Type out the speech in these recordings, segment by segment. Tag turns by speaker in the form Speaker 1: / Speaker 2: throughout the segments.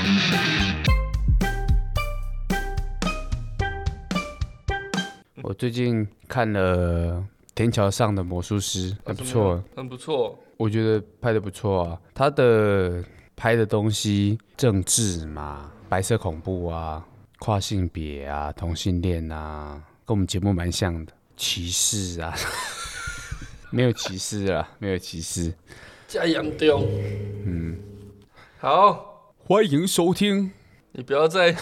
Speaker 1: 最近看了《天桥上的魔术师》，还不错，，
Speaker 2: 很不错。
Speaker 1: 我觉得拍的不错啊。他的拍的东西，政治嘛，白色恐怖啊，跨性别啊，同性恋啊，跟我们节目蛮像的。歧视啊， 没有歧视啊，没有歧视。
Speaker 2: 加洋丢，嗯，好，
Speaker 1: 欢迎收听。
Speaker 2: 你不要再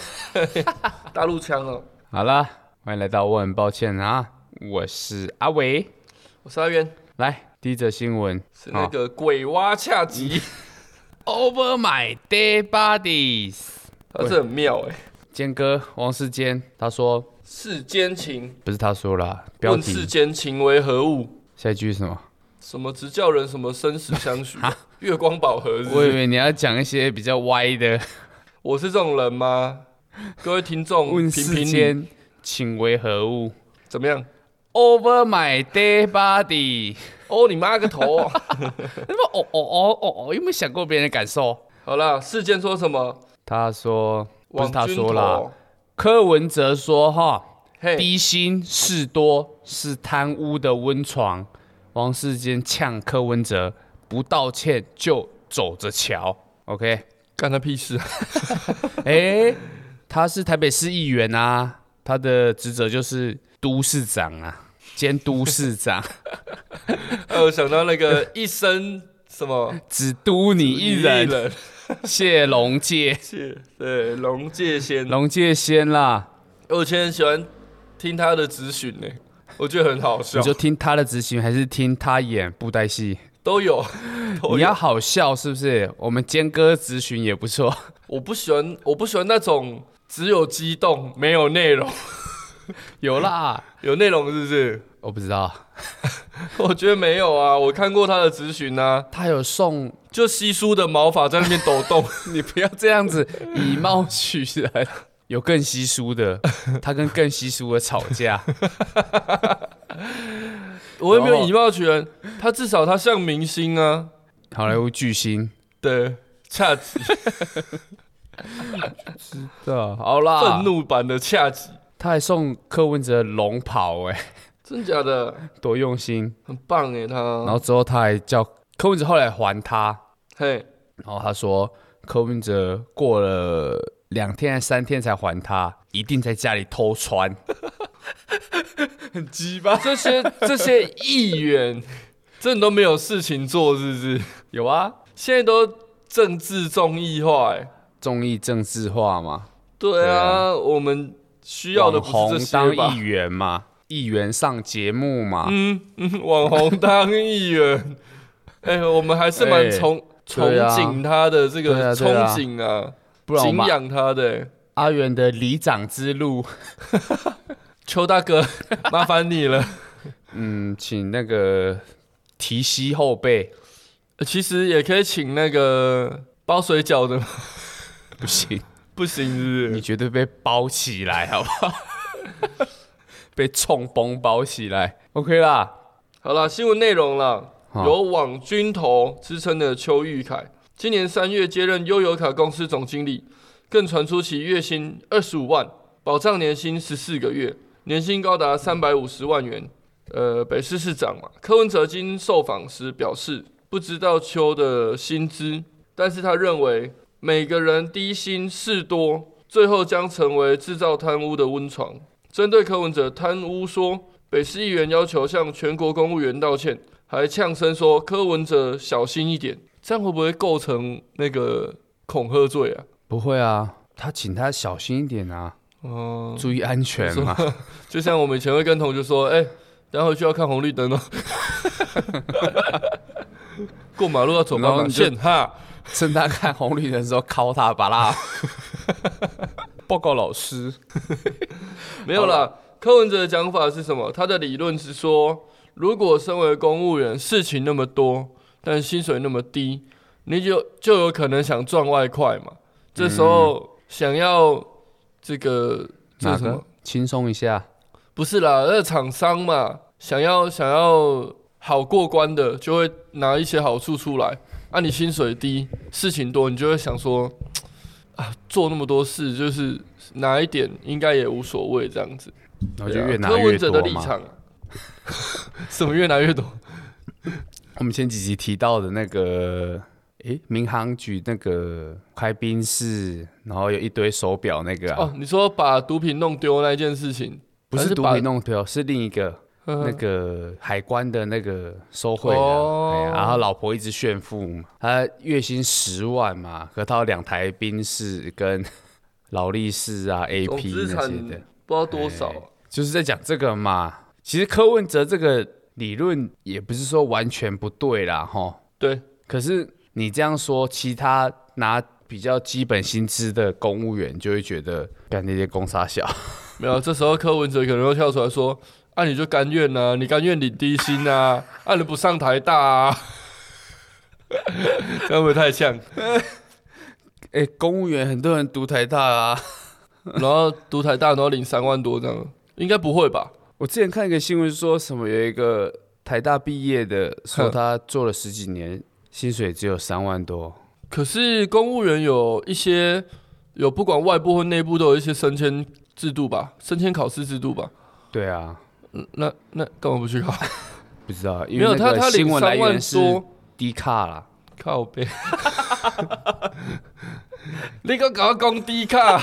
Speaker 2: 大陆腔了。
Speaker 1: 好啦，欢迎来到我很抱歉啊，我是阿伟。
Speaker 2: 我是阿元，
Speaker 1: 来，第一则新闻
Speaker 2: 是那个鬼蛙恰吉，
Speaker 1: 嗯哦 Over my dead bodies。
Speaker 2: 他这很妙哎、
Speaker 1: 坚哥王世坚，他说
Speaker 2: 世间情，
Speaker 1: 不是他说啦，标
Speaker 2: 问世
Speaker 1: 题
Speaker 2: 间情为何物？
Speaker 1: 下一句是什么？
Speaker 2: 什么执教人，什么生死相许？月光宝盒是不
Speaker 1: 我以
Speaker 2: 是？
Speaker 1: 为你要讲一些比较歪 的。
Speaker 2: 我是这种人吗？各位听众，
Speaker 1: 问
Speaker 2: 评
Speaker 1: 世
Speaker 2: 评你
Speaker 1: 间，请为何物
Speaker 2: 怎么样？
Speaker 1: ？Over my dead body。
Speaker 2: 哦，你妈个头、哦！
Speaker 1: 那么哦哦哦哦哦，有没有想过别人的感受？
Speaker 2: 好啦，世间说什么？
Speaker 1: 他说不是
Speaker 2: 网
Speaker 1: 他
Speaker 2: 军
Speaker 1: 说啦
Speaker 2: 头，，
Speaker 1: 柯文哲说哈。
Speaker 2: 嘿，
Speaker 1: 低薪事多是贪污的温床。王世坚呛柯文哲不道歉就走着瞧。OK，
Speaker 2: 干他屁事 啊！
Speaker 1: 哎、他是台北市议员啊，他的职责就是都市长啊， 兼都市长，
Speaker 2: 呃，我想到那个一生什么
Speaker 1: 只督你 一人。
Speaker 2: 人
Speaker 1: 谢龙介，
Speaker 2: 界，对龙界仙，
Speaker 1: 龙介先啦，
Speaker 2: 我以前很喜欢听他的咨询呢，我觉得很好笑
Speaker 1: 你，就听他的执行，还是听他演布袋戏？
Speaker 2: 都有。都有
Speaker 1: 你要好笑是不是？我们坚哥执行也不 错。
Speaker 2: 我不喜欢，我不喜欢那种只有激动没有内容，
Speaker 1: 有啦，
Speaker 2: 有内容是不 是？
Speaker 1: 我不知道。
Speaker 2: 我觉得没有啊，我看过他的咨询啊，
Speaker 1: 他有送，
Speaker 2: 就稀疏的毛发在那边抖 动，
Speaker 1: 你不要这样子以貌取人。有更稀疏的，他跟更稀疏的吵架，
Speaker 2: 我也没有以貌取人，他至少他像明星啊，
Speaker 1: 好莱坞巨星。
Speaker 2: 对，恰吉
Speaker 1: 对 啊，好啦，
Speaker 2: 愤，怒版的恰吉，
Speaker 1: 他还送柯文哲龙袍、哎，
Speaker 2: 真假的
Speaker 1: 多用心。
Speaker 2: 很棒哎，他，
Speaker 1: 然后之后他还叫柯文哲后来还他，
Speaker 2: 嘿，
Speaker 1: 然后他说柯文哲过了两天还三天才还他，一定在家里偷穿， 很鸡巴。
Speaker 2: 这些这些议员真的都没有事情做，是不是？
Speaker 1: 有啊，
Speaker 2: 现在都政治综艺化、哎，
Speaker 1: 综艺政治化嘛，
Speaker 2: 对
Speaker 1: 对
Speaker 2: 啊，
Speaker 1: 啊
Speaker 2: 我们需要的不
Speaker 1: 网
Speaker 2: 是这
Speaker 1: 红
Speaker 2: 些
Speaker 1: 当议
Speaker 2: 吧？
Speaker 1: 员嘛，议员上节目嘛，
Speaker 2: 嗯嗯，网红当议员， 哎、我们还是蛮
Speaker 1: 哎
Speaker 2: 崇、憧
Speaker 1: 对啊
Speaker 2: 憬他的这
Speaker 1: 对
Speaker 2: 个
Speaker 1: 啊
Speaker 2: 憧
Speaker 1: 对啊
Speaker 2: 憬啊，
Speaker 1: 不然我
Speaker 2: 敬
Speaker 1: 们
Speaker 2: 仰他的、哎
Speaker 1: 阿元的里长之路，
Speaker 2: 邱大 哥，麻烦你了。
Speaker 1: 嗯，请那个提膝后背，
Speaker 2: 呃其实也可以请那个包水饺的，
Speaker 1: 不行，
Speaker 2: 不行是不是？
Speaker 1: 你绝对被包起来，好不好？ 被冲崩包起来，OK 啦。
Speaker 2: 好啦，新闻内容啦。
Speaker 1: 好
Speaker 2: 由网军头之称的邱玉凯，今年三月接任悠游卡公司总经理，更传出其月薪二十五万，保障年薪十四个月，年薪高达三百五十万元。呃，北市市长嘛，柯文哲经受访时表示，不知道邱的薪资，但是他认为每个人低薪事多，最后将成为制造贪污的温床。针对柯文哲贪污说，北市议员要求向全国公务员道歉。还呛声说柯文哲小心一点，这样会不会构成那个恐吓罪啊？
Speaker 1: 不会啊，他请他小心一点啊，
Speaker 2: 哦、
Speaker 1: 注意安全嘛。
Speaker 2: 就像我们以前会跟同学说，哎、等一下回去要看红绿灯哦。过马路要走斑
Speaker 1: 然后
Speaker 2: 马
Speaker 1: 你就
Speaker 2: 线哈，
Speaker 1: 趁他看红绿灯的时候敲他巴拉。报告老师，
Speaker 2: 没有啦。柯文哲的讲法是什么？他的理论是说，如果身为公务员，事情那么多，但薪水那么低，你就就有可能想赚外快嘛。这时候想要这个 这
Speaker 1: 嗯哪
Speaker 2: 什么
Speaker 1: 个？轻松一下？
Speaker 2: 不是啦，那个厂商嘛，想要想要好过关的，就会拿一些好处出来。啊，你薪水低，事情多，你就会想说，啊，做那么多事，就是拿一点应该也无所谓这样子。
Speaker 1: 然后就
Speaker 2: 对啊
Speaker 1: 越拿
Speaker 2: 柯
Speaker 1: 越
Speaker 2: 文哲
Speaker 1: 多
Speaker 2: 的立
Speaker 1: 嘛。
Speaker 2: 场 啊，什么越拿越多？
Speaker 1: 我们前几集提到的那个，诶，民航局那个开宾室，然后有一堆手表那个、啊，
Speaker 2: 哦，你说把毒品弄丢那一件事情，
Speaker 1: 不
Speaker 2: 还
Speaker 1: 是
Speaker 2: 是
Speaker 1: 毒
Speaker 2: 把
Speaker 1: 品弄丢，是另一个、那
Speaker 2: 嗯，
Speaker 1: 个海关的那个收贿的啊、
Speaker 2: 哦
Speaker 1: 哎呀然后老婆一直炫富嘛，她月薪十万嘛，可她有两台宾士跟劳力士啊、
Speaker 2: 总
Speaker 1: AP
Speaker 2: 资
Speaker 1: 那
Speaker 2: 产
Speaker 1: 些的，哎
Speaker 2: 不知道多少啊、
Speaker 1: 就是在讲这个嘛。其实柯文哲这个理论也不是说完全不对啦，吼，
Speaker 2: 对，
Speaker 1: 可是你这样说，其他拿比较基本薪资的公务员就会觉得干那些公差小，
Speaker 2: 没有，这时候柯文哲可能又跳出来说：“啊，你就甘愿呐、你甘愿领低薪呐、啊，你不上台大啊？” 这样会不会太像？
Speaker 1: 哎、公务员很多人读台大啊。
Speaker 2: 然后读台大，然后领三万多这样，应该不会吧？
Speaker 1: 我之前看一个新闻说什么有一个台大毕业的说
Speaker 2: 哼
Speaker 1: 他做了十几年，薪水只有三万多，
Speaker 2: 可是公务员有一些有不管外部或内部都有一些升迁制度吧，升迁考试制度吧。
Speaker 1: 对啊，
Speaker 2: 嗯那那干嘛不去考？
Speaker 1: 不知道，因
Speaker 2: 没有
Speaker 1: 为那
Speaker 2: 他，他
Speaker 1: 个新
Speaker 2: 领
Speaker 1: 闻来
Speaker 2: 三万
Speaker 1: 源是
Speaker 2: 多，
Speaker 1: 低卡啦。
Speaker 2: 靠背。你个搞讲低卡，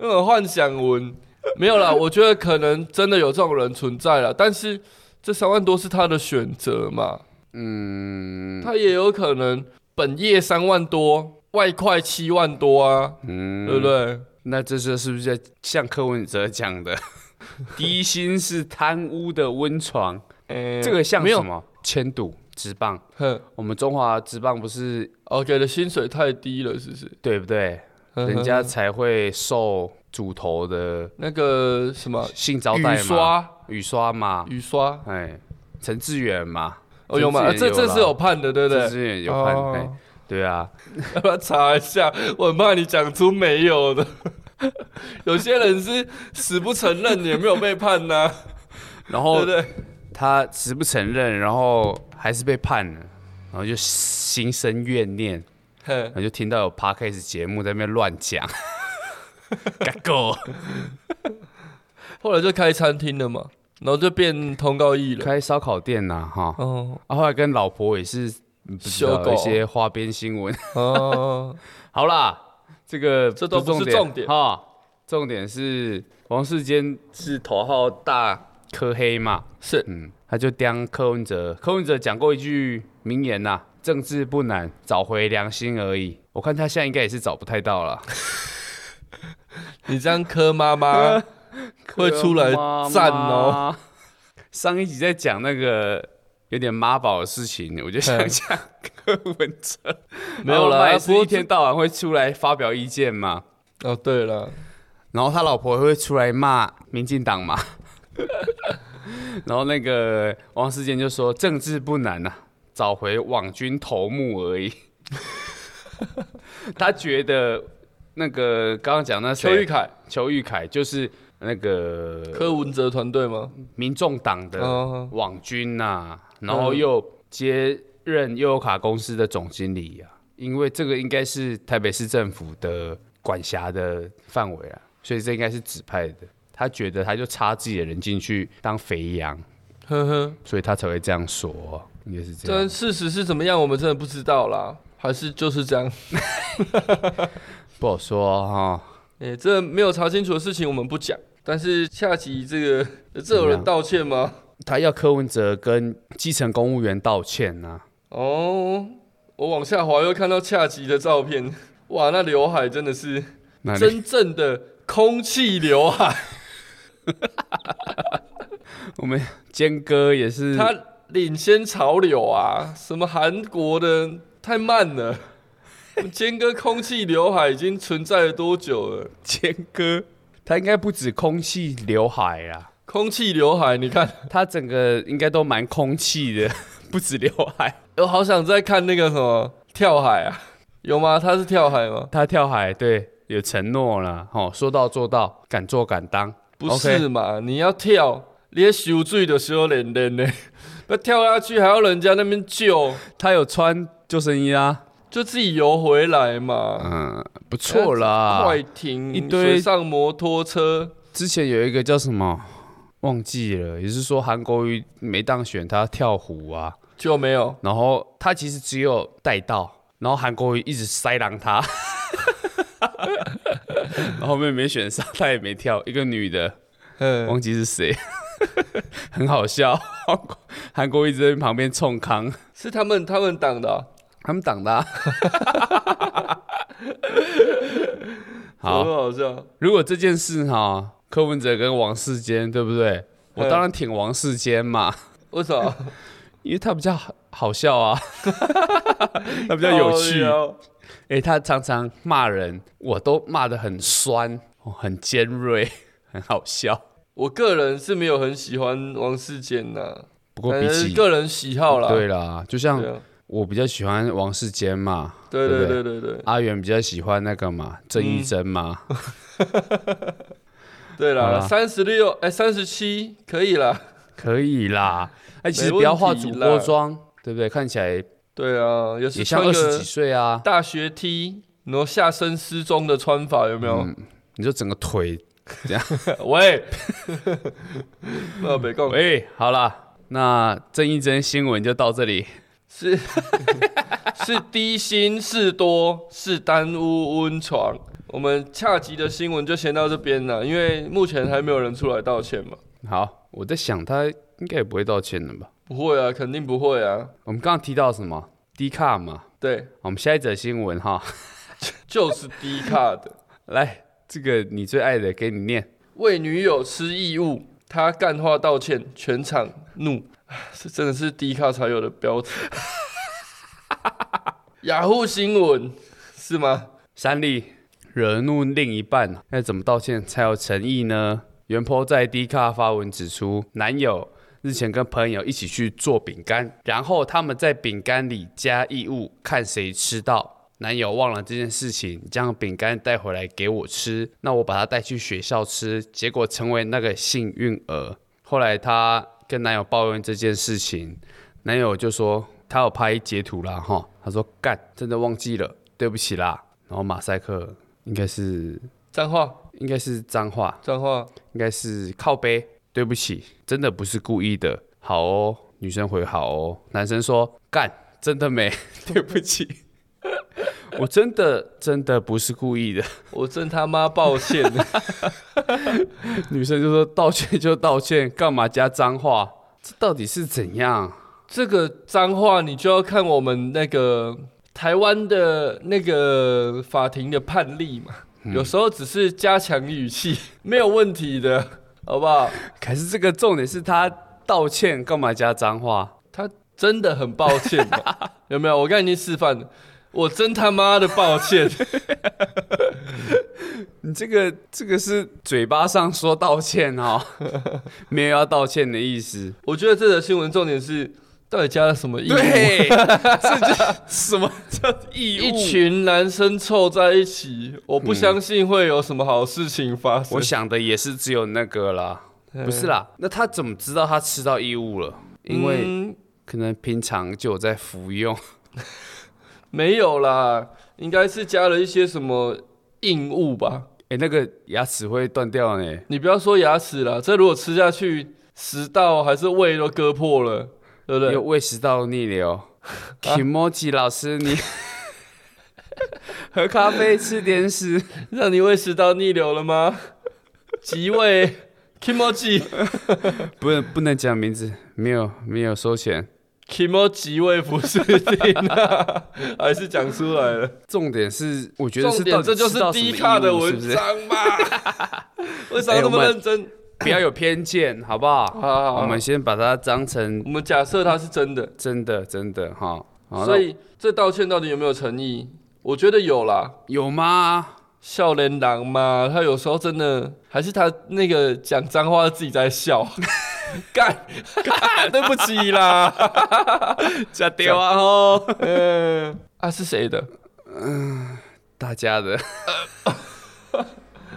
Speaker 2: 那种幻想文没有啦。我觉得可能真的有这种人存在了，但是这三万多是他的选择嘛。嗯，他也有可能本业三万多，外快七万多啊，
Speaker 1: 嗯，
Speaker 2: 对不对？
Speaker 1: 那这是是不是在像柯文哲讲的， 低薪是贪污的温床？
Speaker 2: 诶
Speaker 1: 这个像
Speaker 2: 没
Speaker 1: 什
Speaker 2: 有，
Speaker 1: 么？千赌直棒，
Speaker 2: 哼
Speaker 1: 我们中华直棒不是
Speaker 2: 哦，给的薪水太低了，是不是？
Speaker 1: 对不对？
Speaker 2: 呵呵
Speaker 1: 人家才会受主头的
Speaker 2: 那个什么
Speaker 1: 性招
Speaker 2: 雨
Speaker 1: 待嘛，
Speaker 2: 刷，
Speaker 1: 雨刷嘛，
Speaker 2: 雨刷，
Speaker 1: 哎，陈志远嘛，
Speaker 2: 哦有吗？啊
Speaker 1: 陈志
Speaker 2: 这
Speaker 1: 远
Speaker 2: 这
Speaker 1: 啦
Speaker 2: 是有判的，对不对？
Speaker 1: 陈志远有判，
Speaker 2: 哦
Speaker 1: 哎，对啊，
Speaker 2: 要不要查一下？我很怕你讲出没有的。 有些人是死不承认，也没有被判呐、
Speaker 1: 然
Speaker 2: 对不
Speaker 1: 后
Speaker 2: 对？
Speaker 1: 他死不承认，然后还是被判了，然后就心生怨念，
Speaker 2: 嘿
Speaker 1: 然后就听到有 podcast 节目在那边乱讲， 嘎狗
Speaker 2: 后来就开餐厅了嘛，然后就变通告艺人。
Speaker 1: 开烧烤店呐，哈，
Speaker 2: 哦
Speaker 1: 啊，后来跟老婆也是嗯不知道
Speaker 2: 修狗
Speaker 1: 一些花边新闻。
Speaker 2: 哦，
Speaker 1: 好啦，这个
Speaker 2: 这都不是重点
Speaker 1: 哈，重点是王世坚是头号大科黑嘛，
Speaker 2: 是
Speaker 1: 嗯，他就当柯文哲，柯文哲讲过一句名言呐、政治不难，找回良心而已。我看他现在应该也是找不太到了，
Speaker 2: 你这样柯妈 妈 会出来赞哦。
Speaker 1: 妈妈。上一集在讲那个有点妈宝的事情，我就想讲柯文哲。
Speaker 2: 嗯没有
Speaker 1: 他
Speaker 2: 啦，
Speaker 1: 也
Speaker 2: 不
Speaker 1: 是一
Speaker 2: 过
Speaker 1: 天到晚会出来发表意见嘛，
Speaker 2: 哦，对了，
Speaker 1: 然后他老婆会出来骂民进党嘛， 然后那个王世坚就说政治不难呐、找回网军头目而已。 他觉得那个刚刚讲那
Speaker 2: 邱玉
Speaker 1: 谁啊
Speaker 2: 凯、
Speaker 1: 邱玉凯就是那个
Speaker 2: 柯文哲团队吗？
Speaker 1: 民众党的
Speaker 2: 哦，
Speaker 1: 网军呐、然后又接任悠游卡公司的总经理啊，因为这个应该是台北市政府的管辖的范围啊，所以这应该是指派的。他觉得他就插自己的人进去当肥羊，
Speaker 2: 呵呵。
Speaker 1: 所以他才会这样说，应该是这样
Speaker 2: 但。事实是怎么样，我们真的不知道啦。还是就是这样。
Speaker 1: 不好说啊哈、
Speaker 2: 哎、这没有查清楚的事情我们不讲，但是下集这个这有
Speaker 1: 怎么
Speaker 2: 人
Speaker 1: 样
Speaker 2: 道歉吗？
Speaker 1: 他要柯文哲跟基层公务员道歉呐、啊
Speaker 2: 哦，我往下滑又看到恰吉的照片，哇，那刘海真的是
Speaker 1: 那你
Speaker 2: 真正的空气刘海，
Speaker 1: 我们坚哥也是，
Speaker 2: 他领先潮流啊！什么韩国的太慢了，坚哥空气刘海已经存在了多久了？
Speaker 1: 坚哥他应该不止空气刘海啊。
Speaker 2: 空气刘海，你看，
Speaker 1: 他整个应该都蛮空气的， 不止刘海。
Speaker 2: 我好想再看那个什么跳海啊，有吗？他是跳海吗？
Speaker 1: 他跳海，对，有承诺了，哦，说到做到，敢做敢当。
Speaker 2: 不
Speaker 1: OK
Speaker 2: 是嘛你要跳，你在受罪的时候连连呢， 那跳下去还要人家那边救，
Speaker 1: 他有穿救生衣啊，
Speaker 2: 就自己游回来嘛。
Speaker 1: 嗯，不
Speaker 2: 哎
Speaker 1: 错啦。
Speaker 2: 快停！
Speaker 1: 啊一堆
Speaker 2: 水上摩托车，
Speaker 1: 之前有一个叫什么忘记了，也是说韩国瑜没当选，他跳湖啊，
Speaker 2: 就没有
Speaker 1: 然后他其实只有带到，然后韩国瑜一直塞狼他， 然后后面没选上，他也没跳，一个女的，
Speaker 2: 嗯，
Speaker 1: 忘记是谁， 很好笑。韩国韩国瑜一直在旁边冲康，
Speaker 2: 是他们他们党的啊、
Speaker 1: 他们挡的啊、
Speaker 2: 很
Speaker 1: 好，
Speaker 2: 好笑。
Speaker 1: 如果这件事哈，柯文哲跟王世坚对不对？我
Speaker 2: 嗯
Speaker 1: 当然挺王世坚嘛，
Speaker 2: 为什么？
Speaker 1: 因为他比较好好笑啊， 他 比较有 趣。
Speaker 2: 靠腰
Speaker 1: 哎、他常常骂人，我都骂得很酸，哦、很尖锐， 很好笑。
Speaker 2: 我个人是没有很喜欢王世坚呐、
Speaker 1: 不过
Speaker 2: 反
Speaker 1: 比
Speaker 2: 正
Speaker 1: 起
Speaker 2: 是个人喜好啦。
Speaker 1: 对啦，就像
Speaker 2: 对啊
Speaker 1: 我比较喜欢王世坚嘛，
Speaker 2: 对对
Speaker 1: 对不
Speaker 2: 对对对
Speaker 1: 阿元比较喜欢那个嘛，郑义珍嘛，
Speaker 2: 嗯对
Speaker 1: 好
Speaker 2: 啦，
Speaker 1: 啦
Speaker 2: 三十六哎三十七可以啦。
Speaker 1: 可以啦。哎、其实
Speaker 2: 没问题
Speaker 1: 不要化主播
Speaker 2: 啦
Speaker 1: 妆，对不对？看起来
Speaker 2: 对啊，也
Speaker 1: 也
Speaker 2: 是
Speaker 1: 像
Speaker 2: 穿
Speaker 1: 二十几
Speaker 2: 个
Speaker 1: 岁啊。
Speaker 2: 大学 T，然后下身失踪的穿法有没有？
Speaker 1: 你就整个腿，
Speaker 2: 喂，那别呃讲
Speaker 1: 喂，好啦，那郑义珍新闻就到这里。
Speaker 2: 是 是低薪是多是单屋温床。我们恰集的新闻就先到这边了，因为目前还没有人出来道歉嘛。
Speaker 1: 好，我在想他应该也不会道歉了吧？
Speaker 2: 不会啊，肯定不会啊。
Speaker 1: 我们刚刚提到什么？低卡嘛。
Speaker 2: 对，
Speaker 1: 我们下一则新闻哈，
Speaker 2: 就是低卡的，
Speaker 1: 来，这个你最爱的给你念。
Speaker 2: 为女友吃异物，他干话道歉，全场怒， 这真的是低卡才有的标题。 雅虎新闻是吗？
Speaker 1: 三立惹怒另一半，那怎么道歉才有诚意呢？袁坡在 D 卡发文指出，男友日前跟朋友一起去做饼干，然后他们在饼干里加异物，看谁吃到。男友忘了这件事情，将饼干带回来给我吃，那我把它带去学校吃，结果成为那个幸运儿。后来她跟男友抱怨这件事情，男友就说他有拍截图啦，哈，他说干，真的忘记了，对不起啦。然后马赛克应该是
Speaker 2: 脏话，
Speaker 1: 应该是脏话，
Speaker 2: 脏话，
Speaker 1: 应该是靠背，对不起，真的不是故意的。好哦，女生回好哦，男生说干，真的没， 对不起，我真的真的不是故意的。
Speaker 2: 我真他妈抱歉。
Speaker 1: 女生就说道歉就道歉，干嘛加脏话？这到底是怎样？
Speaker 2: 这个脏话，你就要看我们那个台湾的那个法庭的判例嘛。
Speaker 1: 嗯
Speaker 2: 有时候只是加强语气， 没有问题的，好不好？
Speaker 1: 可是这个重点是他道歉，干嘛加脏话？
Speaker 2: 他真的很抱歉嘛， 有没有？我刚才已经示范了，我真他妈的抱歉。
Speaker 1: 你这个这个是嘴巴上说道歉 哦，没有要道歉的意思。
Speaker 2: 我觉得这则新闻重点是，到底加了什么义务？
Speaker 1: 对，这就什么叫义
Speaker 2: 一
Speaker 1: 务？
Speaker 2: 群男生凑在一起，我不相信会有什么好事情发生。
Speaker 1: 我想的也是只有那个啦，
Speaker 2: 嗯
Speaker 1: 不是啦。那他怎么知道他吃到义务了？因为
Speaker 2: 嗯
Speaker 1: 可能平常就有在服用。
Speaker 2: 没有啦，应该是加了一些什么硬物吧。
Speaker 1: 哎、那个牙齿会断掉呢。
Speaker 2: 你不要说牙齿啦，这如果吃下去，食道还是胃都割破了，对不
Speaker 1: 有
Speaker 2: 对？
Speaker 1: 胃食道 逆流。Kimoji 老师，你喝咖啡吃点屎，
Speaker 2: 让你胃食道逆流了吗？ 即位 Kimoji
Speaker 1: 不能不能讲名字，没有没有收钱。
Speaker 2: Kimo 即位不是定 啊，还是讲出来了。
Speaker 1: 重点是，我觉得
Speaker 2: 重
Speaker 1: 是
Speaker 2: 点
Speaker 1: 到
Speaker 2: 这
Speaker 1: 底
Speaker 2: 就
Speaker 1: 吃到什么
Speaker 2: 低
Speaker 1: 义
Speaker 2: 卡的
Speaker 1: 务，是
Speaker 2: 文
Speaker 1: 不是？
Speaker 2: 章嘛？为啥要那么认真？
Speaker 1: 不要有偏见，好不
Speaker 2: 好好
Speaker 1: 好？
Speaker 2: 好，
Speaker 1: 哎我
Speaker 2: 我
Speaker 1: 们
Speaker 2: 们
Speaker 1: 先把它当成
Speaker 2: 我们假设它是真的，
Speaker 1: 真的，真的哈。好
Speaker 2: 所
Speaker 1: 那
Speaker 2: 以这道歉到底有没有诚意？我觉得有啦。
Speaker 1: 有吗？
Speaker 2: 笑脸狼嘛，他有时候真的还是他那个讲脏话自己在笑， 干， 干对不起啦。
Speaker 1: 加丢啊哦，
Speaker 2: 嗯，啊是谁的？
Speaker 1: 大家 的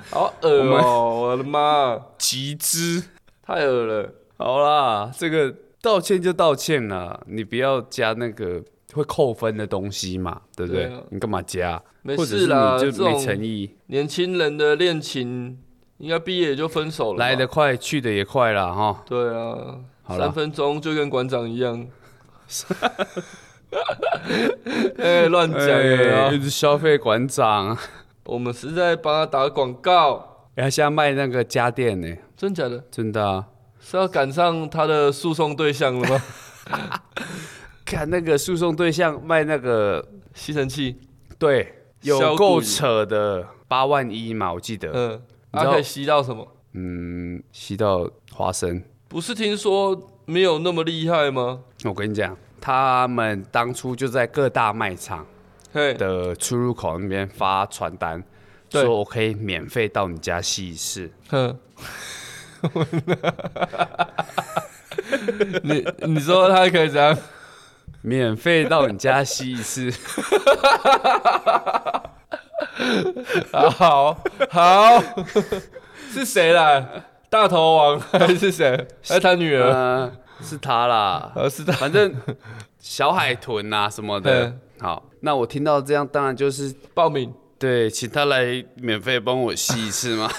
Speaker 2: 好恶哦、我的妈，
Speaker 1: 集资。
Speaker 2: 太恶了。
Speaker 1: 好啦，这个道歉就道歉啦，你不要加那个会扣分的东西嘛，对不对？
Speaker 2: 对啊
Speaker 1: 你干嘛加？
Speaker 2: 没
Speaker 1: 或者是
Speaker 2: 事啦，这
Speaker 1: 你就没
Speaker 2: 种
Speaker 1: 诚意。
Speaker 2: 年轻人的恋情应该毕业也就分手了吧。
Speaker 1: 来得快，去得也快啦，哈。
Speaker 2: 对啊，
Speaker 1: 好啦
Speaker 2: 三分钟就跟馆长一 样。 哎、乱讲的啊
Speaker 1: 哎一！直消费馆长，
Speaker 2: 我们是在帮他打广告，
Speaker 1: 哎，他现在卖那个家电呢，
Speaker 2: 真假的？
Speaker 1: 真的啊。
Speaker 2: 是要赶上他的诉讼对象了吗？
Speaker 1: 看那个诉讼对象卖那个，
Speaker 2: 吸尘器，
Speaker 1: 对，有
Speaker 2: 销
Speaker 1: 够
Speaker 2: 骨
Speaker 1: 扯的，呃八万一嘛，我记得，
Speaker 2: 嗯，
Speaker 1: 你
Speaker 2: 他、
Speaker 1: 知道
Speaker 2: 可以吸到什么？
Speaker 1: 嗯，吸到花生。
Speaker 2: 不是听说没有那么厉害吗？
Speaker 1: 我跟你讲，他们当初就在各大卖场
Speaker 2: 嘿，
Speaker 1: 的出入口那边发传单，
Speaker 2: 对
Speaker 1: 说我可以免费到你家吸一次。
Speaker 2: 哼， 你你说他可以怎样？
Speaker 1: 免费到你家吸一次，
Speaker 2: 好好，是谁啦？大头王还是谁？还是他女儿？
Speaker 1: 呃，是他啦，
Speaker 2: 呃，是他。
Speaker 1: 反正小海豚啊什 么的
Speaker 2: 嗯。
Speaker 1: 好，那我听到这样，当然就是
Speaker 2: 报名。
Speaker 1: 对，请他来免费帮我吸一次 嘛。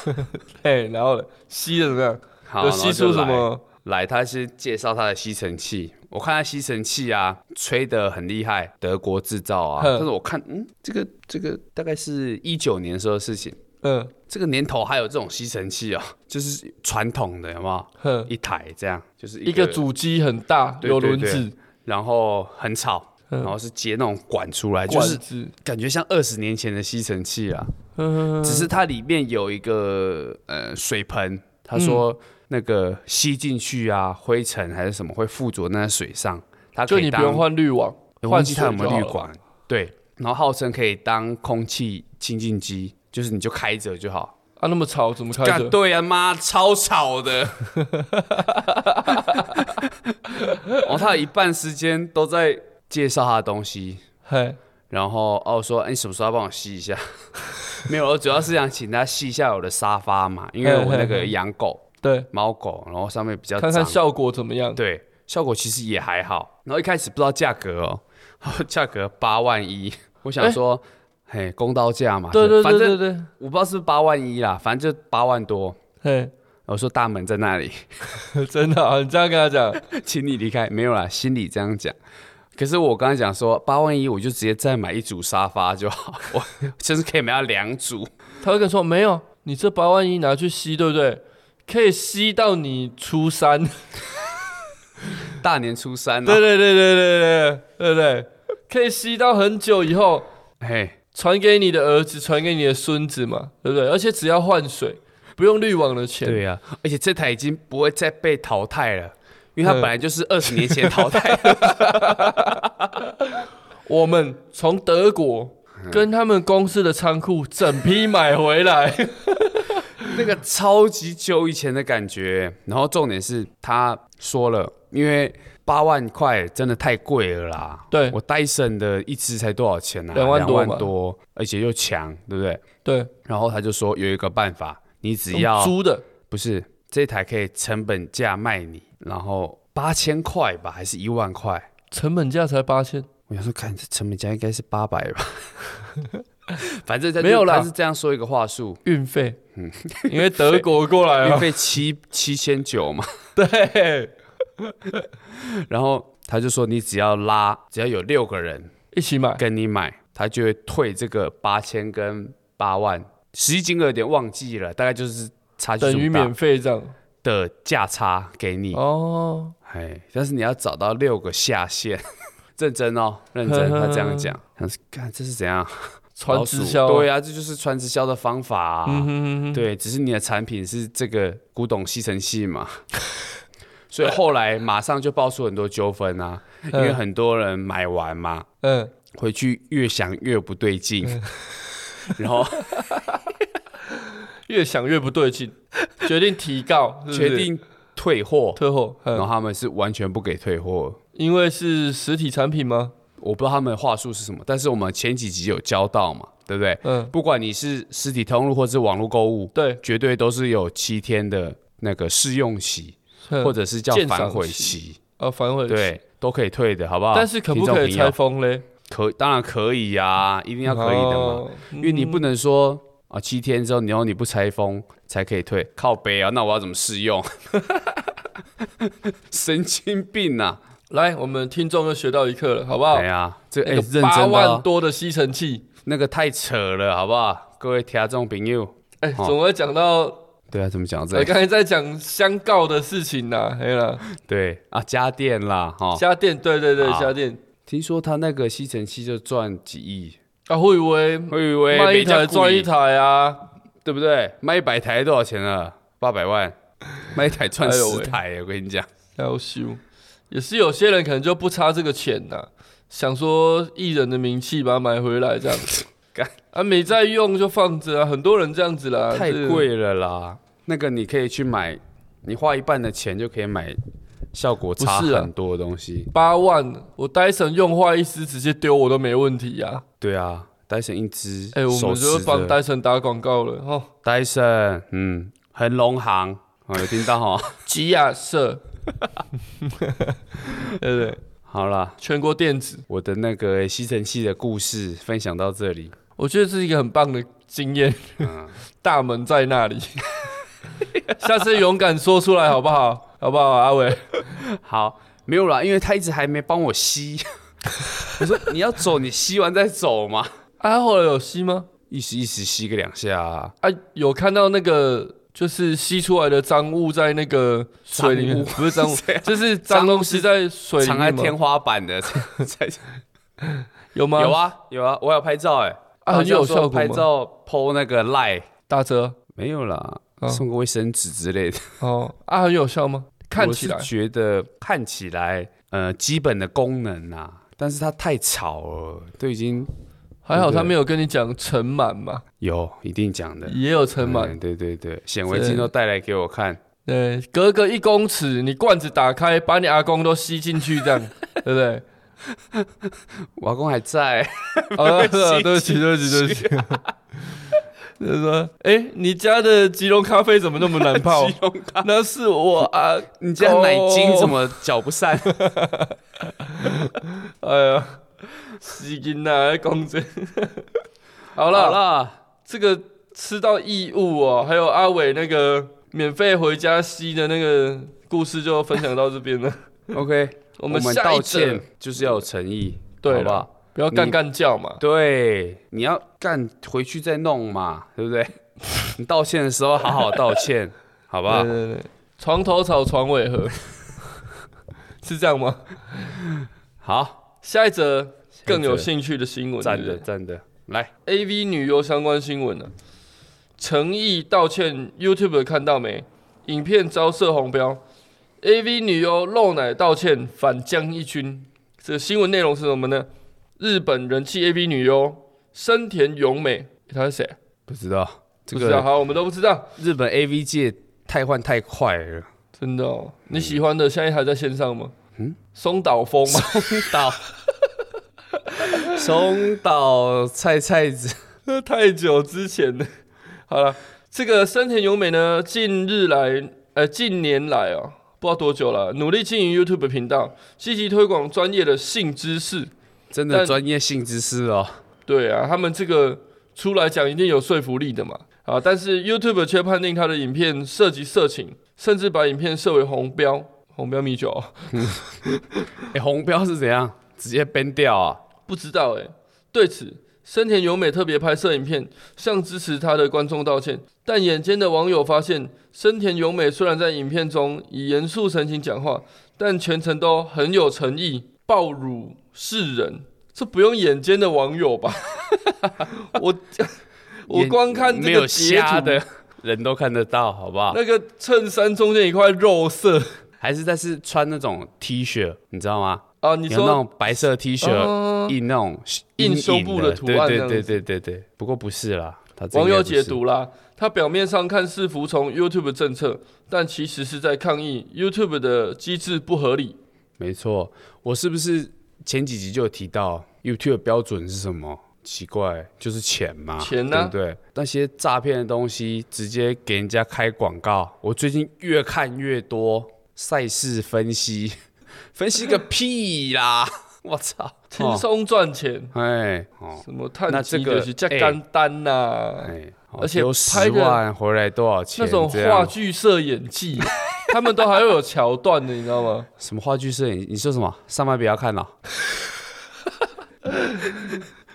Speaker 2: 嘿，然后呢？吸的怎么样？
Speaker 1: 好，
Speaker 2: 有
Speaker 1: 然后
Speaker 2: 吸
Speaker 1: 就
Speaker 2: 出什
Speaker 1: 来？
Speaker 2: 么？
Speaker 1: 来，他是介绍他的吸尘器。我看他吸尘器啊，吹得很厉害，德国制造啊。
Speaker 2: 哼
Speaker 1: 但是我看，嗯，这个这个大概是一九年的时候的事情。
Speaker 2: 嗯
Speaker 1: 这个年头还有这种吸尘器啊、就是传统的，有没有？
Speaker 2: 哼，
Speaker 1: 一台这样，就是
Speaker 2: 一
Speaker 1: 一
Speaker 2: 个
Speaker 1: 个，
Speaker 2: 主机很大，
Speaker 1: 对
Speaker 2: 有
Speaker 1: 对
Speaker 2: 轮
Speaker 1: 对
Speaker 2: 子，
Speaker 1: 然后很吵，
Speaker 2: 嗯
Speaker 1: 然后是接那种管出来，就
Speaker 2: 管
Speaker 1: 是
Speaker 2: 子。
Speaker 1: 感觉像二十年前的吸尘器啊。
Speaker 2: 嗯，
Speaker 1: 只是它里面有一个呃水盆，
Speaker 2: 嗯
Speaker 1: 他说那个吸进去啊，灰尘还是什么会附着那水上，它
Speaker 2: 就
Speaker 1: 可以
Speaker 2: 你不
Speaker 1: 当
Speaker 2: 用换滤网，
Speaker 1: 我忘
Speaker 2: 换
Speaker 1: 记它有没有
Speaker 2: 水
Speaker 1: 滤
Speaker 2: 就好了
Speaker 1: 管，对，然后号称可以当空气清净机，就是你就开着就好。
Speaker 2: 啊，那么吵怎么开
Speaker 1: 干
Speaker 2: 着？
Speaker 1: 对啊，妈超 吵的。哦，他有一半时间都在介绍他的东西，
Speaker 2: 嘿，
Speaker 1: 然后哦说，哎、你什么时候要帮我吸一下？ 没有，我主要是想请他吸一下我的沙发嘛，因为我那个养狗、
Speaker 2: 对，
Speaker 1: 猫狗，然后上面比较
Speaker 2: 看看
Speaker 1: 脏。
Speaker 2: 效果怎么样。
Speaker 1: 对，效果其实也还好。 然后一开始不知道价格哦，价格八万一，我想说，嘿，公道价嘛，
Speaker 2: 哎对对
Speaker 1: 反
Speaker 2: 对
Speaker 1: 正
Speaker 2: 对对，
Speaker 1: 我不知道是不是八万一啦，反正就八万多。
Speaker 2: 嘿，
Speaker 1: 我说大门在那里，
Speaker 2: 真的啊，你这样跟他讲，
Speaker 1: 请你离开。没有啦，心里这样讲。可是我刚才讲说八万一，我就直接再买一组沙发就好， 我甚至可以买到两组。
Speaker 2: 他会跟你说没有，你这八万一拿去吸，对不对？可以吸到你初三。
Speaker 1: 大年初三
Speaker 2: 对
Speaker 1: 啊，
Speaker 2: 对对对对对对对，可以吸到很久以后，
Speaker 1: 嘿，
Speaker 2: 传给你的儿子，传给你的孙子嘛，对不对？而且只要换水，不用滤网的钱。
Speaker 1: 对呀、而且这台已经不会再被淘汰了，因为它
Speaker 2: 嗯
Speaker 1: 本来就是二十年前淘 汰的。
Speaker 2: 我们从德国
Speaker 1: 嗯
Speaker 2: 跟他们公司的仓库整批买回 来。
Speaker 1: 那个超级久以前的感觉。然后重点是他说了，因为八万块真的太贵了啦。
Speaker 2: 对
Speaker 1: 我戴森的一只才多少钱啊？
Speaker 2: 两万多嘛
Speaker 1: 多而且又强，对不对？
Speaker 2: 对，
Speaker 1: 然后他就说有一个办法，你只
Speaker 2: 用
Speaker 1: 要
Speaker 2: 租的，
Speaker 1: 不是这台可以成本价卖你，然后八千块吧，还是一万块？
Speaker 2: 成本价才八千。
Speaker 1: 我想说，看这成本价应该是八百 吧。反正他就
Speaker 2: 没有啦
Speaker 1: 他是这样说一个话术，
Speaker 2: 运费，因为德国过来
Speaker 1: 嗯运
Speaker 2: 了，
Speaker 1: 费七七千九嘛。
Speaker 2: 对，
Speaker 1: 然后他就说，你只要拉，只要有六个人
Speaker 2: 一起买，
Speaker 1: 跟你买，他就会退这个八千跟八万，实际金额有点忘记了，大概就是嗯差距
Speaker 2: 等于
Speaker 1: 这么大
Speaker 2: 免费这样。
Speaker 1: 的价差给你。
Speaker 2: 哦，
Speaker 1: 哎，但是你要找到六个下线，认真哦，认真。他这样讲，他是看这是怎样
Speaker 2: 传
Speaker 1: 老
Speaker 2: 直
Speaker 1: 鼠
Speaker 2: 销，
Speaker 1: 对
Speaker 2: 啊，
Speaker 1: 啊，这就是传直销的方法、啊。
Speaker 2: 嗯哼哼哼，
Speaker 1: 对，只是你的产品是这个古董吸尘器嘛， 所以后来马上就爆出很多纠纷啊，因为
Speaker 2: 嗯
Speaker 1: 很多人买完嘛，
Speaker 2: 嗯，
Speaker 1: 回去越想越不对劲， 然 后
Speaker 2: 越想越不对劲， 决定提告，是不是
Speaker 1: 决定退货，
Speaker 2: 退货，
Speaker 1: 然后
Speaker 2: 嗯，
Speaker 1: 他们是完全不给退货。
Speaker 2: 因为是实体产品吗？
Speaker 1: 我不知道他们的话术是什么，但是我们前几集有教到嘛，对不对？
Speaker 2: 嗯，
Speaker 1: 不管你是实体通路或是网络购物，
Speaker 2: 对，
Speaker 1: 绝对都是有七天的那个试用期，
Speaker 2: 嗯
Speaker 1: 或者是叫
Speaker 2: 鉴赏
Speaker 1: 反悔
Speaker 2: 期
Speaker 1: 期，
Speaker 2: 啊，反悔，，
Speaker 1: 对，都可以退的，好不好？
Speaker 2: 但是可不
Speaker 1: 听众
Speaker 2: 可以
Speaker 1: 朋友
Speaker 2: 拆封嘞？
Speaker 1: 啊可当然可以呀、一定要可以的嘛，
Speaker 2: 哦
Speaker 1: 因为你不能说啊，七天之后然后你不拆封才可以退，靠背啊，那我要怎么试用？ 神经病呐、
Speaker 2: 来，我们听众又学到一课了，好不
Speaker 1: 啊！
Speaker 2: 好
Speaker 1: 哎？呀，这哎、
Speaker 2: 那个
Speaker 1: 认真的
Speaker 2: 八
Speaker 1: 哦、
Speaker 2: 万多的吸尘器，
Speaker 1: 那个太扯了，好不好？各位听众朋友，
Speaker 2: 哎，
Speaker 1: 哦
Speaker 2: 总会讲到，
Speaker 1: 对啊，怎么讲到这
Speaker 2: 呃，
Speaker 1: 里？
Speaker 2: 刚才在讲相告的事情呐，哎呀，
Speaker 1: 对啊，家电啦，哈、
Speaker 2: 家电，对对对，
Speaker 1: 好
Speaker 2: 家电，
Speaker 1: 听说他那个吸尘器就赚几亿，
Speaker 2: 啊，会以为
Speaker 1: 我以为
Speaker 2: 卖一
Speaker 1: 没这
Speaker 2: 台
Speaker 1: 样
Speaker 2: 赚
Speaker 1: 贵
Speaker 2: 一台啊，
Speaker 1: 对不对？卖一百台多少钱啊？八百万，卖一台赚
Speaker 2: 哎呦
Speaker 1: 十
Speaker 2: 喂
Speaker 1: 台耶、我跟你讲，
Speaker 2: 要修，也是有些人可能就不差这个钱呐、想说艺人的名气把它买回来这样
Speaker 1: 干
Speaker 2: 啊，没在用就放着啊，很多人这样子啦，
Speaker 1: 太
Speaker 2: 这个，
Speaker 1: 贵了啦。那个你可以去买，你花一半的钱就可以买效果差
Speaker 2: 不是啊
Speaker 1: 很多的东西。
Speaker 2: 八万，我戴森用坏一支直接丢我都没问题呀、啊，
Speaker 1: 对啊，戴森一支，
Speaker 2: 哎、我
Speaker 1: 手
Speaker 2: 们就
Speaker 1: 持
Speaker 2: 是帮
Speaker 1: 着
Speaker 2: 戴森打广告了哦，
Speaker 1: 戴森，嗯，恒隆行啊，有听到哈？
Speaker 2: 吉亚社，对不对？
Speaker 1: 好啦，
Speaker 2: 全国电子，
Speaker 1: 我的那个欸吸尘器的故事分享到这里。
Speaker 2: 我觉得这是一个很棒的经验，
Speaker 1: 嗯
Speaker 2: 大门在那里， 下次勇敢说出来好不好？好不好，阿伟？
Speaker 1: 好，没有啦，因为他一直还没帮我吸。 我说你要走，你吸完再走嘛。
Speaker 2: 啊，后来有吸吗？
Speaker 1: 一时一时吸个两下、啊，
Speaker 2: 啊，有看到那个就是吸出来的脏物在那个水里
Speaker 1: 脏
Speaker 2: 面，
Speaker 1: 物
Speaker 2: 不是脏物
Speaker 1: 谁啊，
Speaker 2: 就是脏东西在水里
Speaker 1: 藏在
Speaker 2: 面
Speaker 1: 天
Speaker 2: 吗？
Speaker 1: 花 板的，才才
Speaker 2: 有吗？
Speaker 1: 有啊有啊，我有拍照哎、
Speaker 2: 啊，很有
Speaker 1: 到时候
Speaker 2: 效果
Speaker 1: 拍
Speaker 2: 吗？
Speaker 1: 照 PO 那个赖
Speaker 2: 打折
Speaker 1: 没有啦，
Speaker 2: 哦
Speaker 1: 送个卫生纸之类的。
Speaker 2: 哦，啊，很有效吗？ 看起来
Speaker 1: 我是觉得看起来呃基本的功能啊，但是它太吵了，都已经
Speaker 2: 还好，
Speaker 1: 对
Speaker 2: 他没有跟你讲尘螨嘛，
Speaker 1: 有一定讲的。
Speaker 2: 也有尘螨
Speaker 1: 嗯，对对对，显微
Speaker 2: 对
Speaker 1: 镜都带来给我看，
Speaker 2: 对，隔个一公尺，你罐子打开，把你阿公都吸进去， 这样，对不对？
Speaker 1: 我阿公还在。
Speaker 2: 啊，是啊， 对不起，对不起，对不起。 就是说，哎，你家的吉隆咖啡怎么那么难 泡？
Speaker 1: 吉隆咖
Speaker 2: 那是我啊，
Speaker 1: 你家奶精怎么搅 不散？
Speaker 2: 哎呀，死囡仔讲这。 好
Speaker 1: 好
Speaker 2: 了，
Speaker 1: 了，
Speaker 2: 这个吃到异物哦，还有阿伟那个免费回家吸的那个故事就分享到这边了。
Speaker 1: OK，
Speaker 2: 我
Speaker 1: 我
Speaker 2: 们
Speaker 1: 们
Speaker 2: 下一
Speaker 1: 道
Speaker 2: 则
Speaker 1: 歉，就是要有诚意，
Speaker 2: 对
Speaker 1: 好不
Speaker 2: 啦
Speaker 1: 好？
Speaker 2: 不要干
Speaker 1: 你
Speaker 2: 干叫嘛。
Speaker 1: 对，你要干回去再弄嘛，对不对？ 你道歉的时候好好道歉，好不好
Speaker 2: 对？对对，啊床头吵，床尾和，是这样吗？
Speaker 1: 好，
Speaker 2: 下一则更有
Speaker 1: 幸
Speaker 2: 兴趣的新闻，
Speaker 1: 赞的赞的，来，
Speaker 2: A V 女优相关新闻呢、啊诚意道歉，YouTube 看到没？影片遭射红标，A V 女优露奶道歉反将一军。这新闻内容是什么呢？日本人气 A V 女优生田勇美，她是谁？啊
Speaker 1: 不知道这
Speaker 2: 不知道，
Speaker 1: 个
Speaker 2: 好，我们都不知道，
Speaker 1: 日本 A V 界太换太快了，
Speaker 2: 真的哦。你喜欢的现在还在线上吗？嗯，松岛枫吗？
Speaker 1: 岛松岛菜菜子，
Speaker 2: 那太久之前了。好了，这个森田由美呢，近日来，呃，近年来哦，不知道多久了，努力经营 YouTube 频道，积极推广专业的性知识。
Speaker 1: 真的
Speaker 2: 但
Speaker 1: 专业性知识哦。
Speaker 2: 对啊，他们这个出来讲一定有说服力的嘛。啊，但是 YouTube 却判定他的影片涉及色情，甚至把影片设为红标，红标米酒哦、
Speaker 1: 哎，红标是怎样？直接 ban 掉啊？
Speaker 2: 不知道哎、对此，森田由美特别拍摄影片，向支持她的观众道歉。但眼尖的网友发现，森田由美虽然在影片中以严肃神情讲话，但全程都很有诚意，暴辱世人。这不用眼尖的网友吧？ 我我
Speaker 1: 眼
Speaker 2: 光看
Speaker 1: 没
Speaker 2: 这
Speaker 1: 有
Speaker 2: 个截
Speaker 1: 瞎
Speaker 2: 图，
Speaker 1: 的人都看得到，好不好？
Speaker 2: 那个衬衫中间一块肉色
Speaker 1: 还是但是穿那种 T 恤，你知道吗？
Speaker 2: 啊，你
Speaker 1: 有那
Speaker 2: 说
Speaker 1: 种白色 T 恤，
Speaker 2: 哦
Speaker 1: 印那种
Speaker 2: 印
Speaker 1: 阴影
Speaker 2: 胸部的图案
Speaker 1: 对
Speaker 2: 这样
Speaker 1: 对
Speaker 2: 子
Speaker 1: 对对对对。不过不是啦，他这
Speaker 2: 网
Speaker 1: 应
Speaker 2: 友
Speaker 1: 该不
Speaker 2: 解
Speaker 1: 是，
Speaker 2: 读啦，他表面上看似服从 YouTube 政策，但其实是在抗议 YouTube 的机制不合理。
Speaker 1: 没错。我是不是前几集就有提到 YouTube 的标准是什么？奇怪，就是钱嘛，
Speaker 2: 钱
Speaker 1: 对
Speaker 2: 啊
Speaker 1: 不对？那些诈骗的东西直接给人家开广告，我最近越看越多赛事分析， 分析个 屁啦！我操，
Speaker 2: 轻松赚钱，
Speaker 1: 哎哦，
Speaker 2: 什么碳
Speaker 1: 那
Speaker 2: 基
Speaker 1: 这
Speaker 2: 就
Speaker 1: 个
Speaker 2: 是加干单呐、
Speaker 1: 哎，
Speaker 2: 而且拍
Speaker 1: 十
Speaker 2: 的
Speaker 1: 万回来多少钱？
Speaker 2: 那种
Speaker 1: 这样
Speaker 2: 话剧社演技， 他们都还会有桥段的，你知道吗？
Speaker 1: 什么话剧摄影？你说什么？上班不要看了、啊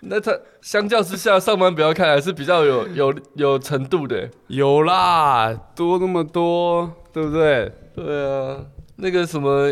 Speaker 2: 那他相较之下，上班不要看还是比较有有有程度的。
Speaker 1: 有啦，多那么多，对不对？
Speaker 2: 对啊，那个什 么